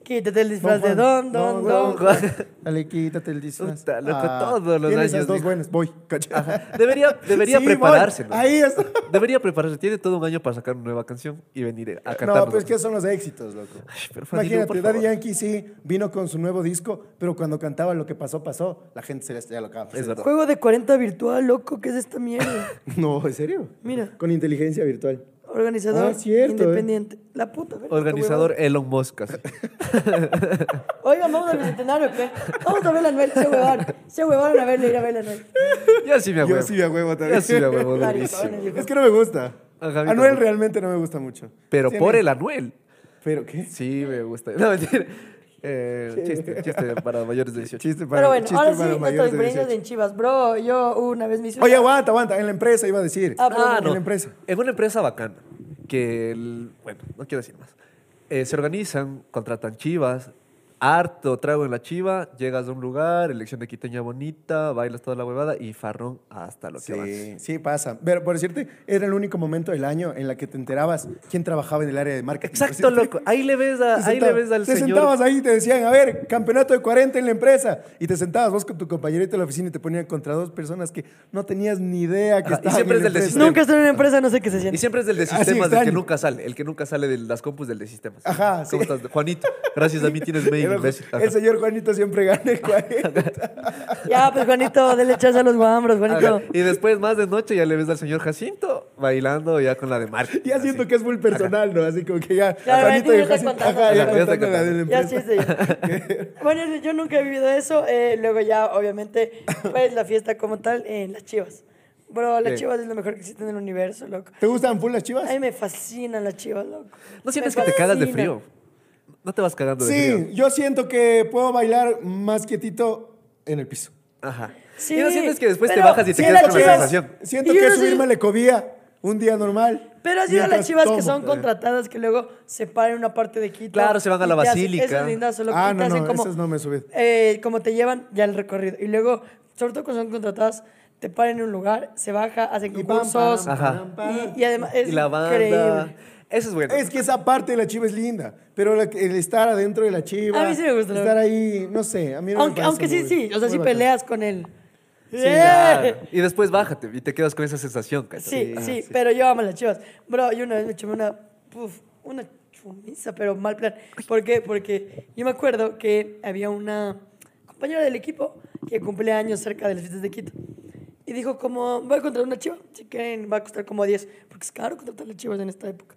B: Quítate el disfraz de
A: Juan.
B: Don, Don,
C: Don
B: Don.
C: Juan.
A: Dale, quítate el disfraz.
C: Puta, loco, todos los
A: tiene
C: años
A: Esas dos
C: digo.
A: buenas, voy. cacha.
C: Debería, debería
A: Sí, voy.
C: prepararse. ¿no?
A: Ahí está.
C: Debería prepararse. Tiene todo un año para sacar una nueva canción y venir a
A: No,
C: cantarnos.
A: pues que son los éxitos, loco.
C: pero Fanny Lu,
A: Imagínate,
C: por
A: Daddy
C: favor.
A: Yankee sí vino con su nuevo disco, pero cuando cantaba lo que pasó, pasó. La gente se le estalla loca.
C: Es verdad.
B: Juego de 40 virtual, loco, ¿qué es esta mierda?
A: No, ¿en serio?
B: Mira.
A: Con inteligencia virtual.
B: Organizador
A: Ah, cierto,
B: independiente. La puta, verga,
C: ¿eh? Organizador Elon Musk. así.
B: esta huevada. Oigan, vamos al bicentenario, ¿qué? Vamos a ver la Anuel, se huevaron. Se huevaron a verle, ir a ver la Anuel.
C: Yo sí me
A: Yo
C: acuerdo.
A: sí me huevo
C: Yo
A: también.
C: sí me ahuevo durísimo.
B: Maricones, hijo.
A: Es que no me gusta.
C: Ajá, a mí
A: Anuel
C: tampoco.
A: realmente no me gusta mucho.
C: Pero
A: Sí, a
C: por
A: mí-
C: el Anuel.
A: ¿Pero qué?
C: Sí, me gusta. No, mentira. Eh, chiste, chiste para mayores de 18.
A: Chiste para
B: Pero bueno,
A: chiste
B: ahora
A: para
B: sí, nuestros
A: mayores de
B: experiencias
A: 18.
B: en Chivas. Bro, yo una vez me hice...
A: Oye, aguanta, aguanta. En la empresa iba a decir.
B: Ah, perdón.
A: En la empresa.
C: En una empresa bacana, que, el- bueno, no quiero decir más. Eh, se organizan, contratan chivas, harto trago en la chiva, llegas a un lugar, elección de quiteña bonita, bailas toda la huevada y farrón hasta lo que vas.
A: Sí, sí pasa. Pero por decirte, era el único momento del año en la que te enterabas quién trabajaba en el área de marketing.
C: Exacto,
A: Por decirte,
C: loco. Ahí le ves,
A: te
C: a- ahí le
A: sentaba-
C: ves al
A: te
C: señor.
A: sentabas ahí y te decían, a ver, campeonato de 40 en la empresa. Y te sentabas vos con tu compañerito en la oficina y te ponían contra dos personas que no tenías ni idea que
C: Ajá, y
A: estaban
C: siempre
A: en la
C: es del de
A: empresa.
B: Nunca estoy en una empresa, no sé qué se
C: Y
B: siente.
C: siempre es el de
A: Así
C: sistemas, el que
A: extraño.
C: nunca sale, el que nunca sale de las compus del de sistemas.
A: Ajá,
C: ¿Cómo
A: sí.
C: estás? Juanito, gracias a mí tienes mail,
A: Era-
C: imbécil. Ajá.
A: El señor Juanito siempre gana el 40.
B: Ya, pues, Juanito, dele chance a los guambros, Juanito.
C: Ajá. Y después, más de noche, ya le ves al señor Jacinto bailando ya con la de marketing.
A: Ya siento que es muy personal, ¿no? Así como que ya.
B: Claro,
A: Juanito
B: ahorita
A: y
B: ya está
A: Jacinto-
B: contando.
A: Ajá, ya
C: Ajá, ya está
A: contando la de la
C: contando.
B: Ya
A: empresa.
B: sí, sí. bueno, yo nunca he vivido eso. eh, luego ya, obviamente, pues la fiesta como tal en las chivas. Bro, las
C: Sí.
B: chivas es lo mejor que existe en el universo, loco.
A: ¿Te gustan full las chivas?
B: A mí me fascinan las chivas, loco.
C: ¿No sientes que
B: Me
C: te cagas de
B: fascinan.
C: frío? No te vas cagando de
A: Sí,
C: frío.
A: yo siento que puedo bailar más quietito en el piso.
C: Ajá.
B: Sí,
C: y no sientes que después te
B: pero
C: bajas y te
B: sí,
A: Siento
C: quedas
B: la
C: con la
A: que-
B: chivas-
C: sensación.
A: Siento
B: Y yo
A: que
B: no sé-
A: subirme a la ecovía un día normal.
B: Pero así a las
A: mientras eh.
B: chivas
A: tomo.
B: que son contratadas que luego se paran en una parte de Quito.
C: Claro, se van a la
B: y te hacen-
C: basílica.
B: eso es lindazo, loco,
A: Ah,
B: y te
A: no,
B: hacen
A: no,
B: como,
A: esas no me subí.
B: eh, como te llevan ya el recorrido. Y luego, sobre todo cuando son contratadas, te paran en un lugar, se baja, hacen
A: Y pam,
B: concursos.
A: pam,
C: Ajá.
A: pam, pam.
B: Y, y además es
C: y la banda.
B: increíble.
C: Eso es bueno.
A: Es que esa parte de la chiva es linda, pero la- el estar adentro de la chiva.
B: A mí sí me gusta, la
A: Estar ahí, no sé, a mí no me
B: Aunque,
A: parece
B: aunque sí,
A: muy-
B: sí, o sea,
A: muy
B: sí
A: bacán.
B: peleas con él. ¡Eh!
C: Claro. Y después bájate y te quedas con esa sensación, ¿cachai?
B: Sí,
A: Ah,
B: sí,
A: sí.
B: pero yo amo las chivas. Bro, yo una vez me chumé una, puf, una chumiza, pero mal plan. ¿Por qué? Porque yo me acuerdo que había una compañera del equipo que cumplía años cerca de las fiestas de Quito. Y dijo como, voy a contratar una chiva, si quieren va a costar como 10, porque es caro contratar las chivas en esta época.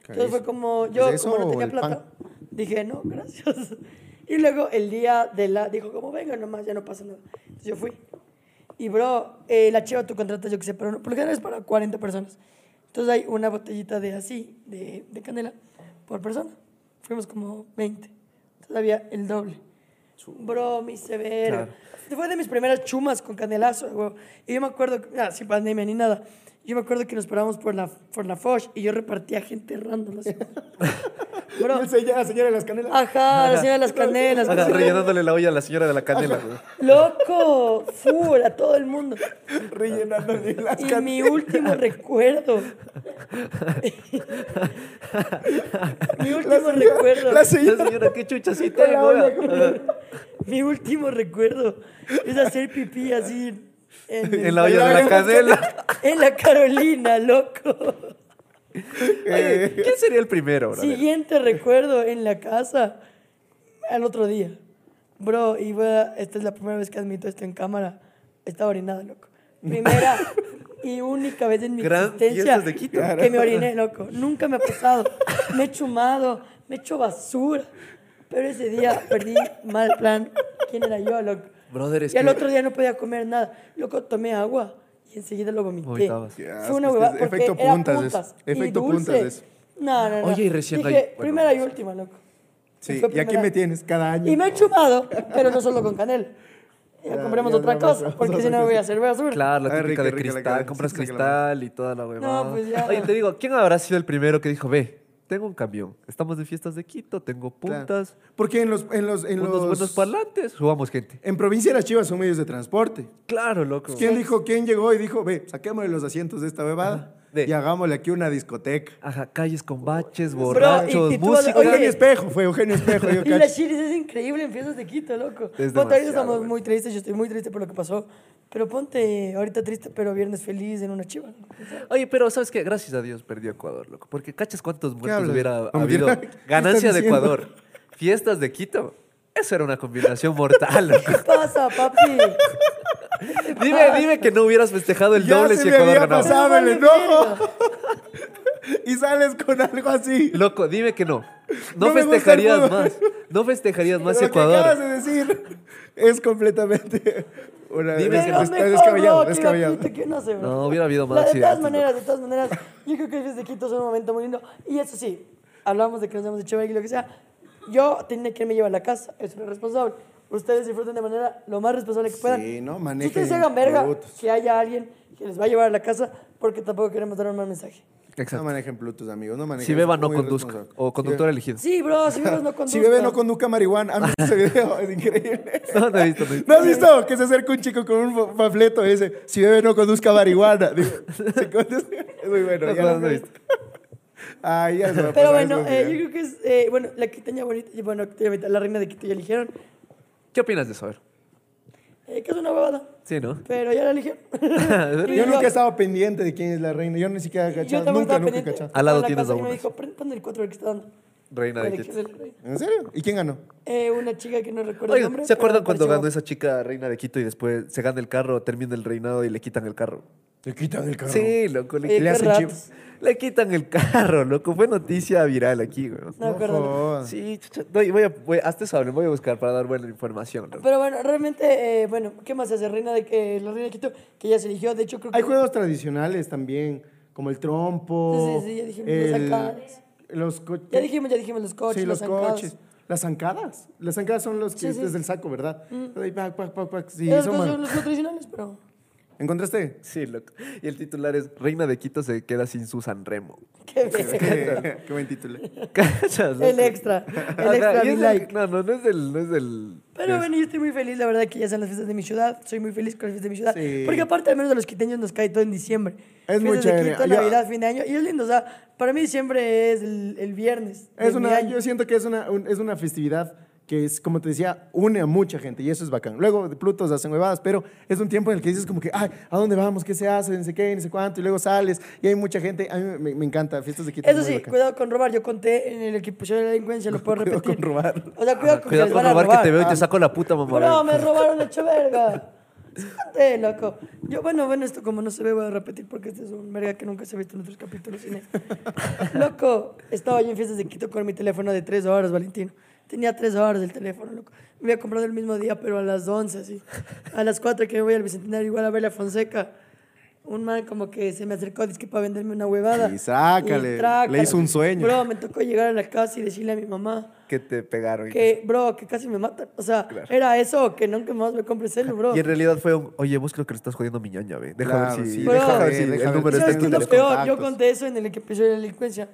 B: Entonces fue
A: Carísimo.
B: como,
A: ¿Es
B: yo
A: eso
B: como no
A: o
B: tenía
A: el
B: plata, dije, no, gracias. Y luego el día de la, dijo como, venga nomás, ya no pasa nada. Entonces yo fui. Y bro, eh, la chiva tú contratas, yo qué sé, pero no- por lo general es para 40 personas. Entonces hay una botellita de así, de, de canela, por persona. Fuimos como 20. Entonces había el doble. Bro, mi severo. Este
C: Claro.
B: Fue de mis primeras chumas con canelazo, güey. Y yo me acuerdo, que- ah, sin pandemia ni nada. Yo me acuerdo que nos parábamos por la, por la Foch y yo repartía gente random. así. Bro,
A: Y el señor- la señora de las canelas.
B: ajá, la señora de las canelas.
C: Ajá,
B: pues,
C: rellenándole la olla a la señora de la canela, güey.
B: Loco, full, a todo el mundo.
A: Rellenándole las
B: Ah. Y
A: canelas.
B: mi último recuerdo. mi último recuerdo.
A: La
C: La
A: señora.
C: señora, qué chucha sí
A: Con la
C: tengo,
A: olla,
C: güey.
A: con
C: Ajá.
B: Mi último recuerdo es hacer pipí así en,
C: En la olla de la canela.
B: en la Carolina, loco.
C: Oye, ¿Quién sería el primero, bro?
B: Siguiente recuerdo en la casa al otro día. Bro, y voy a- esta es la primera vez que admito esto en cámara. Estaba orinada, loco. Primera y única vez en mi
C: Gran
B: existencia
C: fiestas de Quito.
B: que me oriné, loco. Nunca me ha pasado. Me he chumado, me he hecho basura. Pero ese día perdí mal plan. ¿Quién era yo, loco?
C: Brother, es
B: y al
C: que-
B: otro día no podía comer nada. Loco, tomé agua y enseguida lo vomité.
C: Vomitabas.
A: Qué
B: Fue una
A: asco,
B: huevada
A: este es
B: porque
A: efecto
B: era
A: puntas, es-
B: y
A: efecto
B: dulce.
A: puntas, es.
B: No, no, no.
C: Oye, y recién
B: Dije,
C: hay- bueno,
B: primera y última, loco.
A: Sí,
B: fue
A: y aquí
B: primera.
A: me tienes cada año.
B: Y me he chumado, pero no solo con canel. Ya,
A: Ya,
B: compremos
A: ya,
B: otra
A: ya,
B: cosa,
A: ya,
B: porque
A: ya,
B: si no
A: ya.
B: me voy a hacer basura.
C: Claro, la
A: Ah,
C: típica
A: rica,
C: de
A: rica, la
C: cristal,
A: cara,
C: compras
A: sí, sí, que la
C: cristal y toda la huevada.
B: pues ya.
C: Oye, te digo, ¿quién habrá sido el primero que dijo, ve, tengo un camión, estamos de fiestas de Quito, tengo
A: Claro.
C: puntas,
A: Porque en los. En los, en
C: unos
A: los-
C: buenos parlantes, subamos gente.
A: En provincia las chivas son medios de transporte.
C: Claro, loco.
A: Pues, ¿Quién dijo? ¿Quién llegó y dijo, ve, saquémosle los asientos de esta bebada
C: Ajá, de-
A: y hagámosle aquí una discoteca?
C: Ajá, calles con baches,
B: y-
C: borrachos,
B: y tú-
C: música.
B: oye,
A: Eugenio Espejo, fue Eugenio Espejo. yo
B: Y la
A: cacho.
B: Chiris es increíble en fiestas de Quito, loco.
C: Es
B: Ponte, ahorita
C: demasiado,
B: estamos
C: güey.
B: muy tristes, yo estoy muy triste por lo que pasó. Pero ponte ahorita triste, pero viernes feliz en una chiva. loco.
C: Oye, pero ¿sabes qué? Gracias a Dios perdió Ecuador, loco. Porque cachas cuántos muertos
A: hablas? No,
C: hubiera habido.
A: mentira. ¿Qué estás
C: Ganancia de
A: diciendo?
C: Ecuador, fiestas de Quito. Eso era una combinación mortal. loco.
B: ¿Qué pasa, papi?
C: dime, dime que no hubieras festejado el
A: Ya
C: doble
A: se
C: si
A: me
C: Ecuador
A: había
C: ganaba.
A: pasado. Sabe el
B: vale
A: enojo.
B: verga.
A: Y sales con algo así.
C: Loco, dime que no. No,
A: No me gusta el
C: festejarías
A: fútbol.
C: más. No festejarías más
A: Lo que
C: Ecuador.
A: acabas de decir es completamente una
C: Dime
A: es-
C: que
B: Pero
C: no.
A: es-
B: mejor,
A: descabellado,
B: no, que la
A: descabellado.
B: puta, que no sé, bro.
C: No, hubiera habido
B: La-
C: más
B: De todas
C: accidentes,
B: maneras, de todas maneras, yo creo que el fiesta de Quito es un momento muy lindo. Y eso sí, hablamos de que nos hemos hecho y lo que sea. Yo tenía que irme a llevar a la casa, eso no es responsable. Ustedes disfruten de manera lo más responsable que puedan.
A: Sí, no
B: Si
A: manejen
B: ustedes se hagan verga,
A: brutos.
B: que haya alguien que les va a llevar a la casa, porque tampoco queremos dar un mal mensaje.
A: No
C: Exacto.
A: manejen Bluetooth, amigos. No manejen.
C: Si beba,
A: es
C: no
A: muy
C: conduzca.
A: irresponsable.
C: O conductor elegido.
B: Sí, bro, si bebes no conduzcas.
A: Si bebe, no conduzca marihuana. ¿Han visto ese video? Es increíble.
C: No, no he visto. no he visto.
A: ¿No has visto que se acerca un chico con un panfleto y dice, si bebe, no conduzca marihuana? Digo, ¿se conoce? es muy bueno.
C: No,
A: ya
C: no,
A: lo-
C: no he visto.
A: Ay, ya se va a
B: Pero
A: pasar
B: bueno,
A: esos
B: eh,
A: videos.
B: yo creo que es, eh, bueno, la quiteña bonita, y bueno, la reina de Quito ya eligieron,
C: ¿Qué opinas de eso? A ver.
B: eh, que es una huevada.
C: Sí, ¿no?
B: Pero ya la eligieron.
A: Yo,
B: yo-
A: nunca he estado pendiente de quién es la reina. Yo ni siquiera he
B: Yo
A: cachado. Nunca,
B: también estaba
A: nunca he
B: pendiente.
A: cachado.
C: Al
B: Estaba
C: lado
B: en la
C: tienes
B: casa
C: a
B: y me
C: una.
B: dijo, "Pon- pon el 4 que está dando.
C: Reina
B: Para
C: de
B: que
C: Quito.
B: sea el rey.
A: ¿En serio? ¿Y quién ganó?
B: Eh, una chica que no recuerdo el nombre.
C: Oigan, ¿se
B: pero
C: acuerdan cuando
B: pareció
C: ganó esa chica reina de Quito y después se gana el carro, termina el reinado y le quitan el carro?
A: Te quitan el carro.
C: Sí, loco, le,
B: Oye,
A: le
B: qué
A: hacen
B: raps.
A: chivo.
C: le quitan el carro, loco. Fue noticia viral aquí, güey.
B: No, acuerdo.
A: jodas.
C: Sí, chucha, voy, voy a, voy- hasta eso hablen, voy a buscar para dar buena información. loco.
B: Pero bueno, realmente, eh, bueno, ¿qué más se hace? Reina de que la reina de Quito, que ya se eligió, de hecho creo que...
A: Hay juegos tradicionales también, como el trompo.
B: Sí, sí, sí, ya dijimos, las zancadas.
A: Los coches.
B: Ya dijimos, ya dijimos los coches,
A: Sí, los
B: las zancadas.
A: coches. Las zancadas. Las zancadas son los que
B: Sí, sí.
A: desde el saco, ¿verdad? Ay, pac, pac, pac, pac. Sí,
B: Esas
A: son
B: cosas
A: mal-
B: son los no tradicionales, pero...
A: ¿Encontraste?
C: Sí, loco. Y el titular es Reina de Quito se queda sin su Sanremo.
B: Qué
A: Qué qué buen título.
C: ¿Cachas? loco?
B: El extra, el
C: Ajá,
B: extra,
C: y
B: mi
C: es
B: like.
C: el- No, no, no es del... No es del
B: Pero
C: es-
B: bueno, yo estoy muy feliz, la verdad, que ya son las fiestas de mi ciudad. Soy muy feliz con las fiestas de mi ciudad.
A: Sí.
B: Porque aparte, al menos a los quiteños nos cae todo en diciembre.
A: Es muy
B: Fiestas de
A: chévere.
B: Quito,
A: Yo-
B: Navidad, fin de año. Y es lindo, o sea, para mí diciembre es el, el viernes. de
A: Es
B: mi
A: una,
B: año.
A: yo siento que es una, un- es una festividad que es, como te decía, une a mucha gente y eso es bacán. Luego de Plutos hacen huevadas, pero es un tiempo en el que dices como que, ay, ¿a dónde vamos? ¿Qué se hace? No sé qué, no sé cuánto. Y luego sales y hay mucha gente. A mí me, me encanta, fiestas de Quito.
B: Eso
A: es muy
B: sí,
A: bacán.
B: cuidado con robar. Yo conté en el equipo de la delincuencia, lo puedo
A: Cuidado
B: repetir.
A: con robar.
B: O sea, cuidado con, que
C: Cuidado
B: les
C: con
B: van a
C: robar,
B: robar.
C: que te veo y te saco la puta, mamá.
B: Ah. Bro, me robaron hecho verga. Sácate, loco. Yo, bueno, bueno, esto como no se ve, voy a repetir porque este es un verga que nunca se ha visto en otros capítulos. Cine. Loco, estaba yo en fiestas de Quito con mi teléfono de tres horas, Valentino. Tenía tres horas el teléfono, loco. Me había comprado el mismo día, pero a las 11, así. A las 4 que me voy al Bicentenario, igual a ver la Fonseca. Un man como que se me acercó, dice que para venderme una huevada.
A: Y sácale, le hizo un sueño.
B: Bro, me tocó llegar a la casa y decirle a mi mamá,
C: Que te pegaron.
B: que, bro, que casi me matan. O sea,
C: Claro.
B: era eso, o que nunca más me compre celu, bro.
C: Y en realidad fue un, oye, vos creo que le estás jodiendo a mi ñaña, ve. Deja
A: Claro,
C: ver si,
A: sí,
B: Bro.
C: deja ver si
A: deja ver,
C: el número está
B: ¿Sabes qué
C: en tu
B: es lo
A: los
C: teléfono.
B: peor? Yo
A: contactos.
B: conté eso en el que empezó la delincuencia.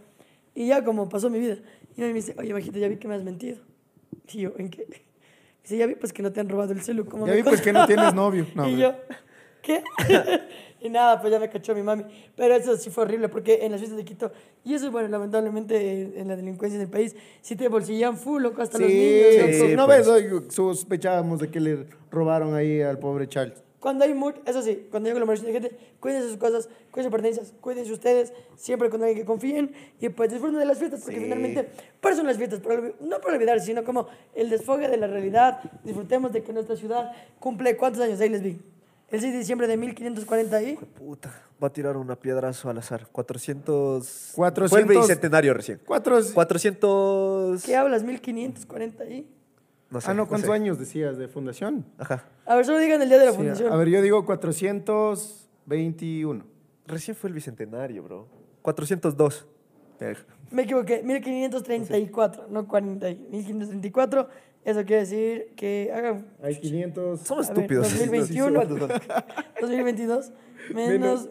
B: Y ya como pasó mi vida. Y me dice, oye, bajita, ya vi que me has mentido. Y yo, ¿en qué? Dice, ya vi pues que no te han robado el celu. como
A: Ya
B: me
A: vi, pues, que no
B: contabas".
A: tienes novio. No,
B: y
A: bro.
B: yo, ¿qué? y nada, pues ya me cachó mi mami. Pero eso sí fue horrible porque en las fiestas de Quito, y eso es bueno, lamentablemente en- en la delincuencia del país, sí te bolsillan full, loco, hasta los niños. loco.
A: Sí,
C: sí,
A: no
C: pues.
A: ves, Hoy sospechábamos de que le robaron ahí al pobre Charles.
B: Cuando hay mucho, eso sí, cuando hay aglomeración de gente, cuídense sus cosas, cuiden sus pertenencias, cuídense ustedes, siempre con alguien que confíen y pues disfruten de las fiestas, porque finalmente, para eso son las fiestas, para olvi- no para olvidar, sino como el desfogue de la realidad. Disfrutemos de que nuestra ciudad cumple, ¿cuántos años? Ahí les vi. El 6 de diciembre de 1540 y...
C: Puta, va a tirar una piedrazo al azar. 400... Fue el
A: 400.
C: bicentenario recién.
A: Cuatro.
C: 400...
B: ¿Qué hablas? 1540 y...
C: No sé,
A: ah, no,
C: no
A: ¿cuántos
C: sé.
A: años decías de fundación?
C: Ajá.
B: A ver, solo digan el día de la
A: Sí,
B: fundación.
A: a ver, yo digo 421.
C: Recién fue el bicentenario, bro. 402.
A: Eh,
B: Me equivoqué, 1534, no 40. 1534, eso quiere decir que hagan
A: Hay 500.
C: Somos
B: A ver,
C: estúpidos.
B: 2021 al 2022 menos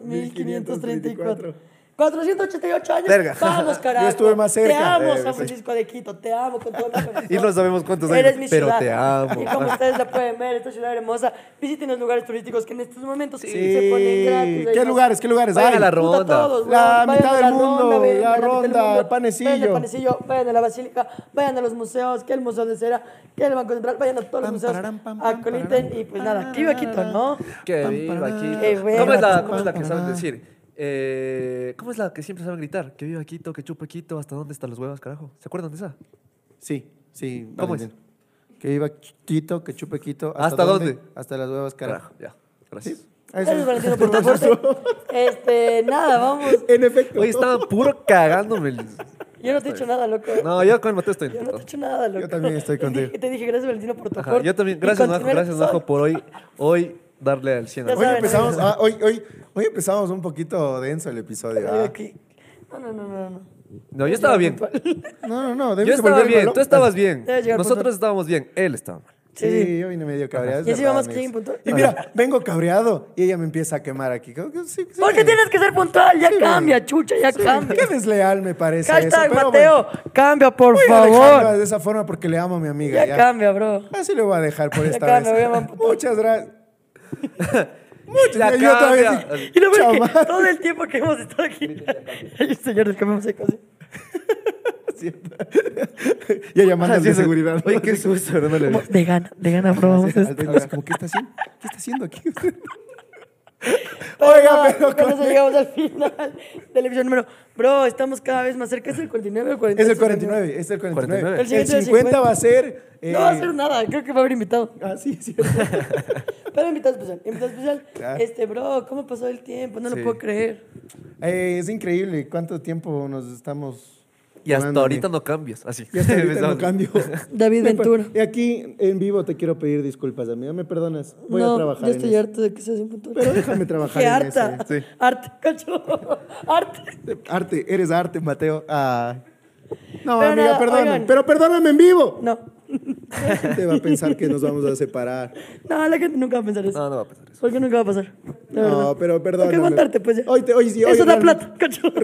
A: Menos
B: 1534.
A: 1534.
B: 488 años.
C: Verga.
B: Vamos, carajo.
A: Yo estuve más
B: Te
A: cerca.
B: amo,
C: Eh,
B: San
C: sí.
B: Francisco de Quito. Te amo con toda mi corazón.
C: Y no sabemos cuántos
B: Eres
C: años,
B: mi
C: pero
B: ciudad.
C: te amo.
B: Y como ustedes la pueden ver, esta ciudad hermosa. Visiten los lugares turísticos que en estos momentos se
A: Sí.
B: ponen gratis.
A: ¿Qué lugares? ¿Qué lugares?
C: Vayan
A: hay?
C: a la ro-
B: Puta,
C: Ronda.
B: todos,
A: La
B: weón. Vayan
A: mitad
B: a
A: del mundo, la
B: ven, a mitad del
A: ronda,
B: mundo.
A: el panecillo.
B: Vayan al panecillo, vayan a la basílica, vayan a los museos, que el Museo de Cera, que el Banco Central, vayan a todos los
A: Pam,
B: museos.
A: pararam, pam, pam,
B: Acoliten y pues nada, aquí va Quito, ¿no?
C: Que
A: Pam,
C: viva
A: pará.
C: Quito.
B: Qué bueno.
C: ¿Cómo es la,
B: Pam,
C: cómo es la que
A: pará.
C: saben decir? Eh, ¿Cómo es la que siempre saben gritar? Que viva Quito, que chupa Quito, ¿hasta dónde están las huevas, carajo? ¿Se acuerdan de esa?
A: Sí, sí.
C: ¿Cómo
A: vale,
C: es?
A: bien. Que iba Quito, que chupe Quito.
C: ¿Hasta dónde?
A: Hasta las huevas, carajo.
C: Carajo, ya. Gracias.
A: Eso
B: Gracias,
A: es.
B: Valentino, por tu aporte. Este, nada, vamos.
A: En efecto.
C: Oye, estaban puro cagándome. el-
B: Yo no te he dicho nada, loco.
C: No, yo con el Mateo estoy
B: Yo no te he
C: en
B: dicho nada, loco.
A: Yo también estoy
B: Te dije-
A: contigo.
B: Te dije gracias, Valentino, por tu
C: Ajá,
B: aporte.
C: Yo también.
B: Y
C: Gracias, Najo.
B: continúa el
C: Gracias, Najo,
B: episodio.
C: por hoy, hoy darle al 100.
B: Ya
A: Hoy
B: saben,
A: empezamos,
B: amigos.
A: ah, hoy, hoy, hoy empezamos un poquito denso el episodio. ah.
B: Aquí. No, no, no, no, no.
C: No, yo estaba bien.
A: No, no, no.
C: Yo
A: debes
C: estaba
A: volver
C: bien,
A: malo.
C: tú estabas bien.
B: Debes llegar puntual.
C: Nosotros estábamos bien, él estaba mal.
B: Sí, sí.
A: Sí, yo vine medio cabreado. es
B: Y encima
A: verdad,
B: más que
A: amigos.
B: impuntual.
A: Y mira, vengo cabreado y ella me empieza a quemar aquí. Creo que sí, sí,
B: ¿Por qué
A: me-
B: tienes que ser puntual? Ya
A: Sí,
B: cambia, chucha, ya
A: sí,
B: cambia.
A: Qué desleal me parece. eso,
B: Hashtag
A: pero
B: Mateo,
A: bueno,
B: cambia, por
A: voy a dejarlo
B: favor.
A: de esa forma porque le amo a mi amiga. Ya,
B: Ya, cambia, bro.
A: Así lo voy a dejar por
B: Ya
A: esta vez.
B: cambia, voy a mamputar.
A: Muchas gracias. Muchas
C: Ya
A: gracias. Yo otra vez
C: cambia.
A: dije,
B: Y lo peor es que
A: "Chamán".
B: todo el tiempo que hemos estado aquí. Ay, señores, cambiamos de cosas.
A: Ya llamando al
C: Así
A: de
C: es.
A: seguridad.
C: Oye, qué susto, no le
B: De gana, de gana, bro. Vamos a
A: Al
B: esto.
A: dueño, así como, ¿qué está haciendo? ¿Qué está haciendo aquí?
B: Pero
A: Oiga,
B: nada,
A: pero
B: con
A: con-
B: eso llegamos al final del episodio número. Bro, estamos cada vez más cerca. ¿Es el 49 o el 49?
A: Es el 49, es el 49.
C: 49.
B: El siguiente
A: El
B: es el
A: 50 va a ser... eh,
B: No va a ser nada, creo que va a haber invitado.
A: Ah, sí, sí.
B: Pero invitado especial, invitado especial.
A: Claro.
B: Este, bro, ¿cómo pasó el tiempo? No lo
C: Sí.
B: puedo creer.
A: Eh, es increíble cuánto tiempo nos estamos.
C: Y hasta
A: llevando,
C: ahorita
A: amigo.
C: no cambias, así.
A: Y hasta ahorita no
C: Empezamos.
A: cambio.
B: David
A: Me par-
B: Ventura.
A: Y aquí en vivo te quiero pedir disculpas, amigo. ¿Me perdonas? Voy
B: no,
A: a trabajar.
B: Yo
A: en
B: estoy
A: eso.
B: harto de que seas impuntual.
A: Pero déjame trabajar
B: Qué
A: en
B: harta.
A: eso,
C: sí.
B: Arte, cacho. Arte.
A: Arte, eres arte, Mateo. Ah. No,
B: Pero
A: amiga,
B: nada,
A: perdóname.
B: oigan.
A: Pero perdóname en vivo.
B: No.
A: La gente va a pensar que nos vamos a separar.
B: No, la gente nunca va a pensar eso.
C: No, no pues, va a pasar eso.
B: Porque nunca va a pasar. La verdad.
A: No, pero perdóname.
B: Hay que aguantarte, pues. ya.
A: Hoy, te- hoy sí, hoy
B: Eso da
A: realmente-
B: plata, cacho.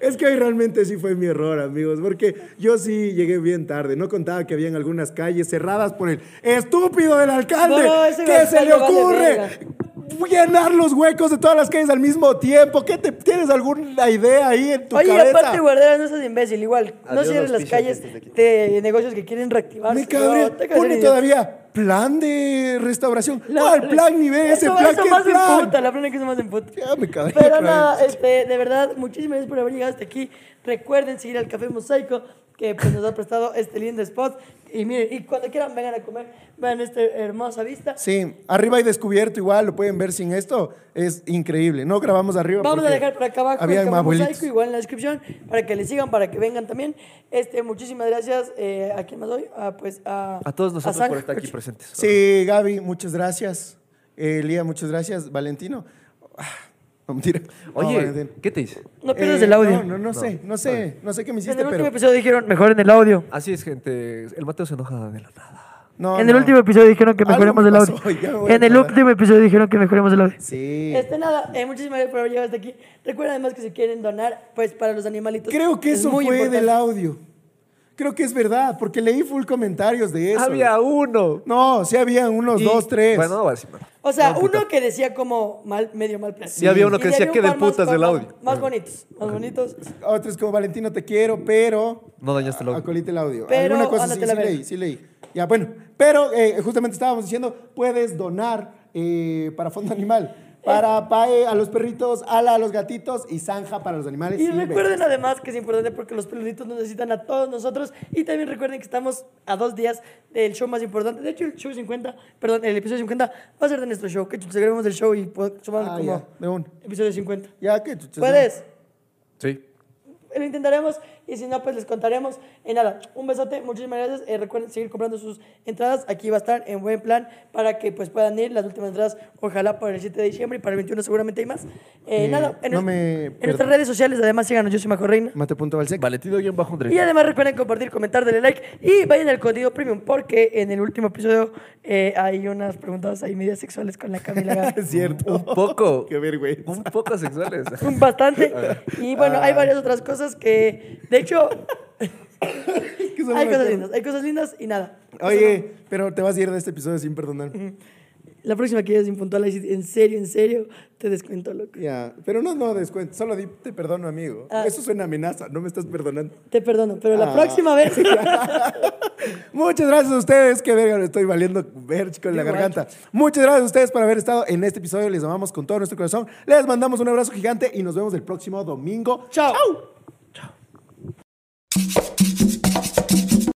A: Es que hoy realmente sí fue mi error, amigos, porque yo sí llegué bien tarde. No contaba que habían algunas calles cerradas por el estúpido del alcalde.
B: No, no, ese
A: ¿Qué se
B: alcalde
A: le
B: vale
A: ocurre?
B: verga.
A: llenar los huecos de todas las calles al mismo tiempo. ¿Qué te, ¿Tienes alguna idea ahí en tu
B: Oye,
A: cabeza?
B: aparte, guardar no seas imbécil. Igual, no
C: Adiós,
B: cierres las
C: auspicios,
B: calles
C: desde aquí.
B: de negocios que quieren reactivarse.
A: Me cabrea.
B: No, te caes
A: Pone
B: en
A: todavía plan de restauración.
B: idiota.
A: No, el plan ni ve ese
B: Eso-
A: plan
B: eso
A: que
B: más me
A: plan.
B: emputa, la plana que eso más me emputa.
A: Ya me cabrea.
B: Pero
A: otra
B: nada,
A: vez.
B: este, de verdad, muchísimas gracias por haber llegado hasta aquí. Recuerden seguir al Café Mosaico, que pues, nos ha prestado este lindo spot. Y miren, y cuando quieran vengan a comer, vean esta hermosa vista.
A: Sí, arriba y descubierto igual, lo pueden ver sin esto. Es increíble. No grabamos arriba.
B: Vamos a
A: porque
B: dejar por acá abajo
A: Había
B: el
A: más
B: Café
A: abuelitos.
B: Mosaico, igual en la descripción, para que le sigan, para que vengan también. Este, muchísimas gracias. eh, ¿A quién más doy? Ah, pues a...
C: A todos nosotros
B: San-
C: por estar aquí presentes.
A: Sí, Gaby, muchas gracias. Eh, Lía, muchas gracias. Valentino. Ah, No, mentira. No,
C: Oye,
A: Valentín.
C: ¿qué te dice?
B: No pierdas
A: Eh,
B: el audio.
A: No, no, no sé, no sé, no sé qué me
B: en el
A: hiciste,
B: último
A: pero.
B: episodio dijeron, mejoren el audio.
C: Así es, gente. El Mateo se enoja de la nada.
A: No,
B: en el
A: no.
B: último episodio dijeron que
A: Algo
B: mejoremos
A: me
B: el audio.
A: pasó, ya me voy a
B: en el
A: acordar.
B: último episodio dijeron que mejoremos el audio.
A: Sí.
B: Este, nada, eh, muchísimas gracias por haber llegado hasta aquí. Recuerden además que si quieren donar, pues para los animalitos.
A: Creo que
B: es
A: eso fue
B: muy importante.
A: del audio. Creo que es verdad, porque leí full comentarios de eso.
C: Había uno.
A: No, sí había unos,
C: Y-
A: dos, tres.
C: Bueno, no voy a decir nada.
B: O sea, uno que decía como mal, medio mal plan.
C: Sí, había uno
B: Y
C: que
B: de
C: decía,
B: ahí un
C: "Qué de
B: par más-
C: putas del
B: más-
C: audio". Ah.
B: Más bonitos, más bonitos.
A: Otros como Valentino te quiero, pero.
C: No dañaste el audio.
A: Acolite el audio.
B: Pero,
A: Alguna cosa sí,
B: ándate
A: sí
B: la verga.
A: leí, sí leí. Ya, bueno. Pero eh, justamente estábamos diciendo, puedes donar eh, para Fondo Animal, para PAE a los perritos, ALA a los gatitos y Zanja para los animales.
B: Y
A: sí,
B: recuerden además que es importante porque los peluditos nos necesitan a todos nosotros. Y también recuerden que estamos a dos días del show más importante. De hecho, el show 50, perdón, el episodio 50 va a ser de nuestro show. Que chucha, grabemos el show y pues, sumamos
A: Ah,
B: como
A: ya, de una.
B: episodio 50.
A: Ya que chuchas,
B: ¿Puedes?
C: Sí.
B: Lo intentaremos y si no, pues les contaremos. Y nada, un besote, muchísimas gracias. Eh, recuerden seguir comprando sus entradas. Aquí va a estar en buen plan para que pues puedan ir. Las últimas entradas, ojalá para el 7 de diciembre y para el 21 seguramente hay más. Eh,
A: Eh,
B: nada, en,
A: no
B: nues-
A: me-
B: en
A: perdón.
B: nuestras redes sociales, además síganos, yo soy Majo Reina.
A: ¿no? Mate.valsec.
C: Valentino guión bajo Andrés.
B: Y además recuerden compartir, comentar, darle like y vayan al contenido premium porque en el último episodio eh, hay unas preguntas ahí medias sexuales con la Camila Gaby.
A: Es cierto.
C: Un poco.
A: Qué vergüenza.
C: Un poco sexuales.
B: Bastante. Y bueno,
A: Ah.
B: hay varias otras cosas que, de hecho,
A: Que solo me
B: hay cosas
A: acuerdo.
B: lindas, hay cosas lindas y nada.
A: Oye, pero te vas a ir de este episodio sin perdonar.
B: La próxima que llegues impuntual, ahí sí, en serio, en serio, te descuento, loco.
A: Ya, pero no, no, descuento, solo di te perdono, amigo.
B: Ah.
A: Eso suena a amenaza, no me estás perdonando.
B: Te perdono, pero la
A: Ah.
B: próxima vez.
A: Muchas gracias a ustedes, que verga, me estoy valiendo verge con la
B: Igual.
A: garganta. Muchas gracias a ustedes por haber estado en este episodio, les amamos con todo nuestro corazón, les mandamos un abrazo gigante y nos vemos el próximo domingo.
B: Chao.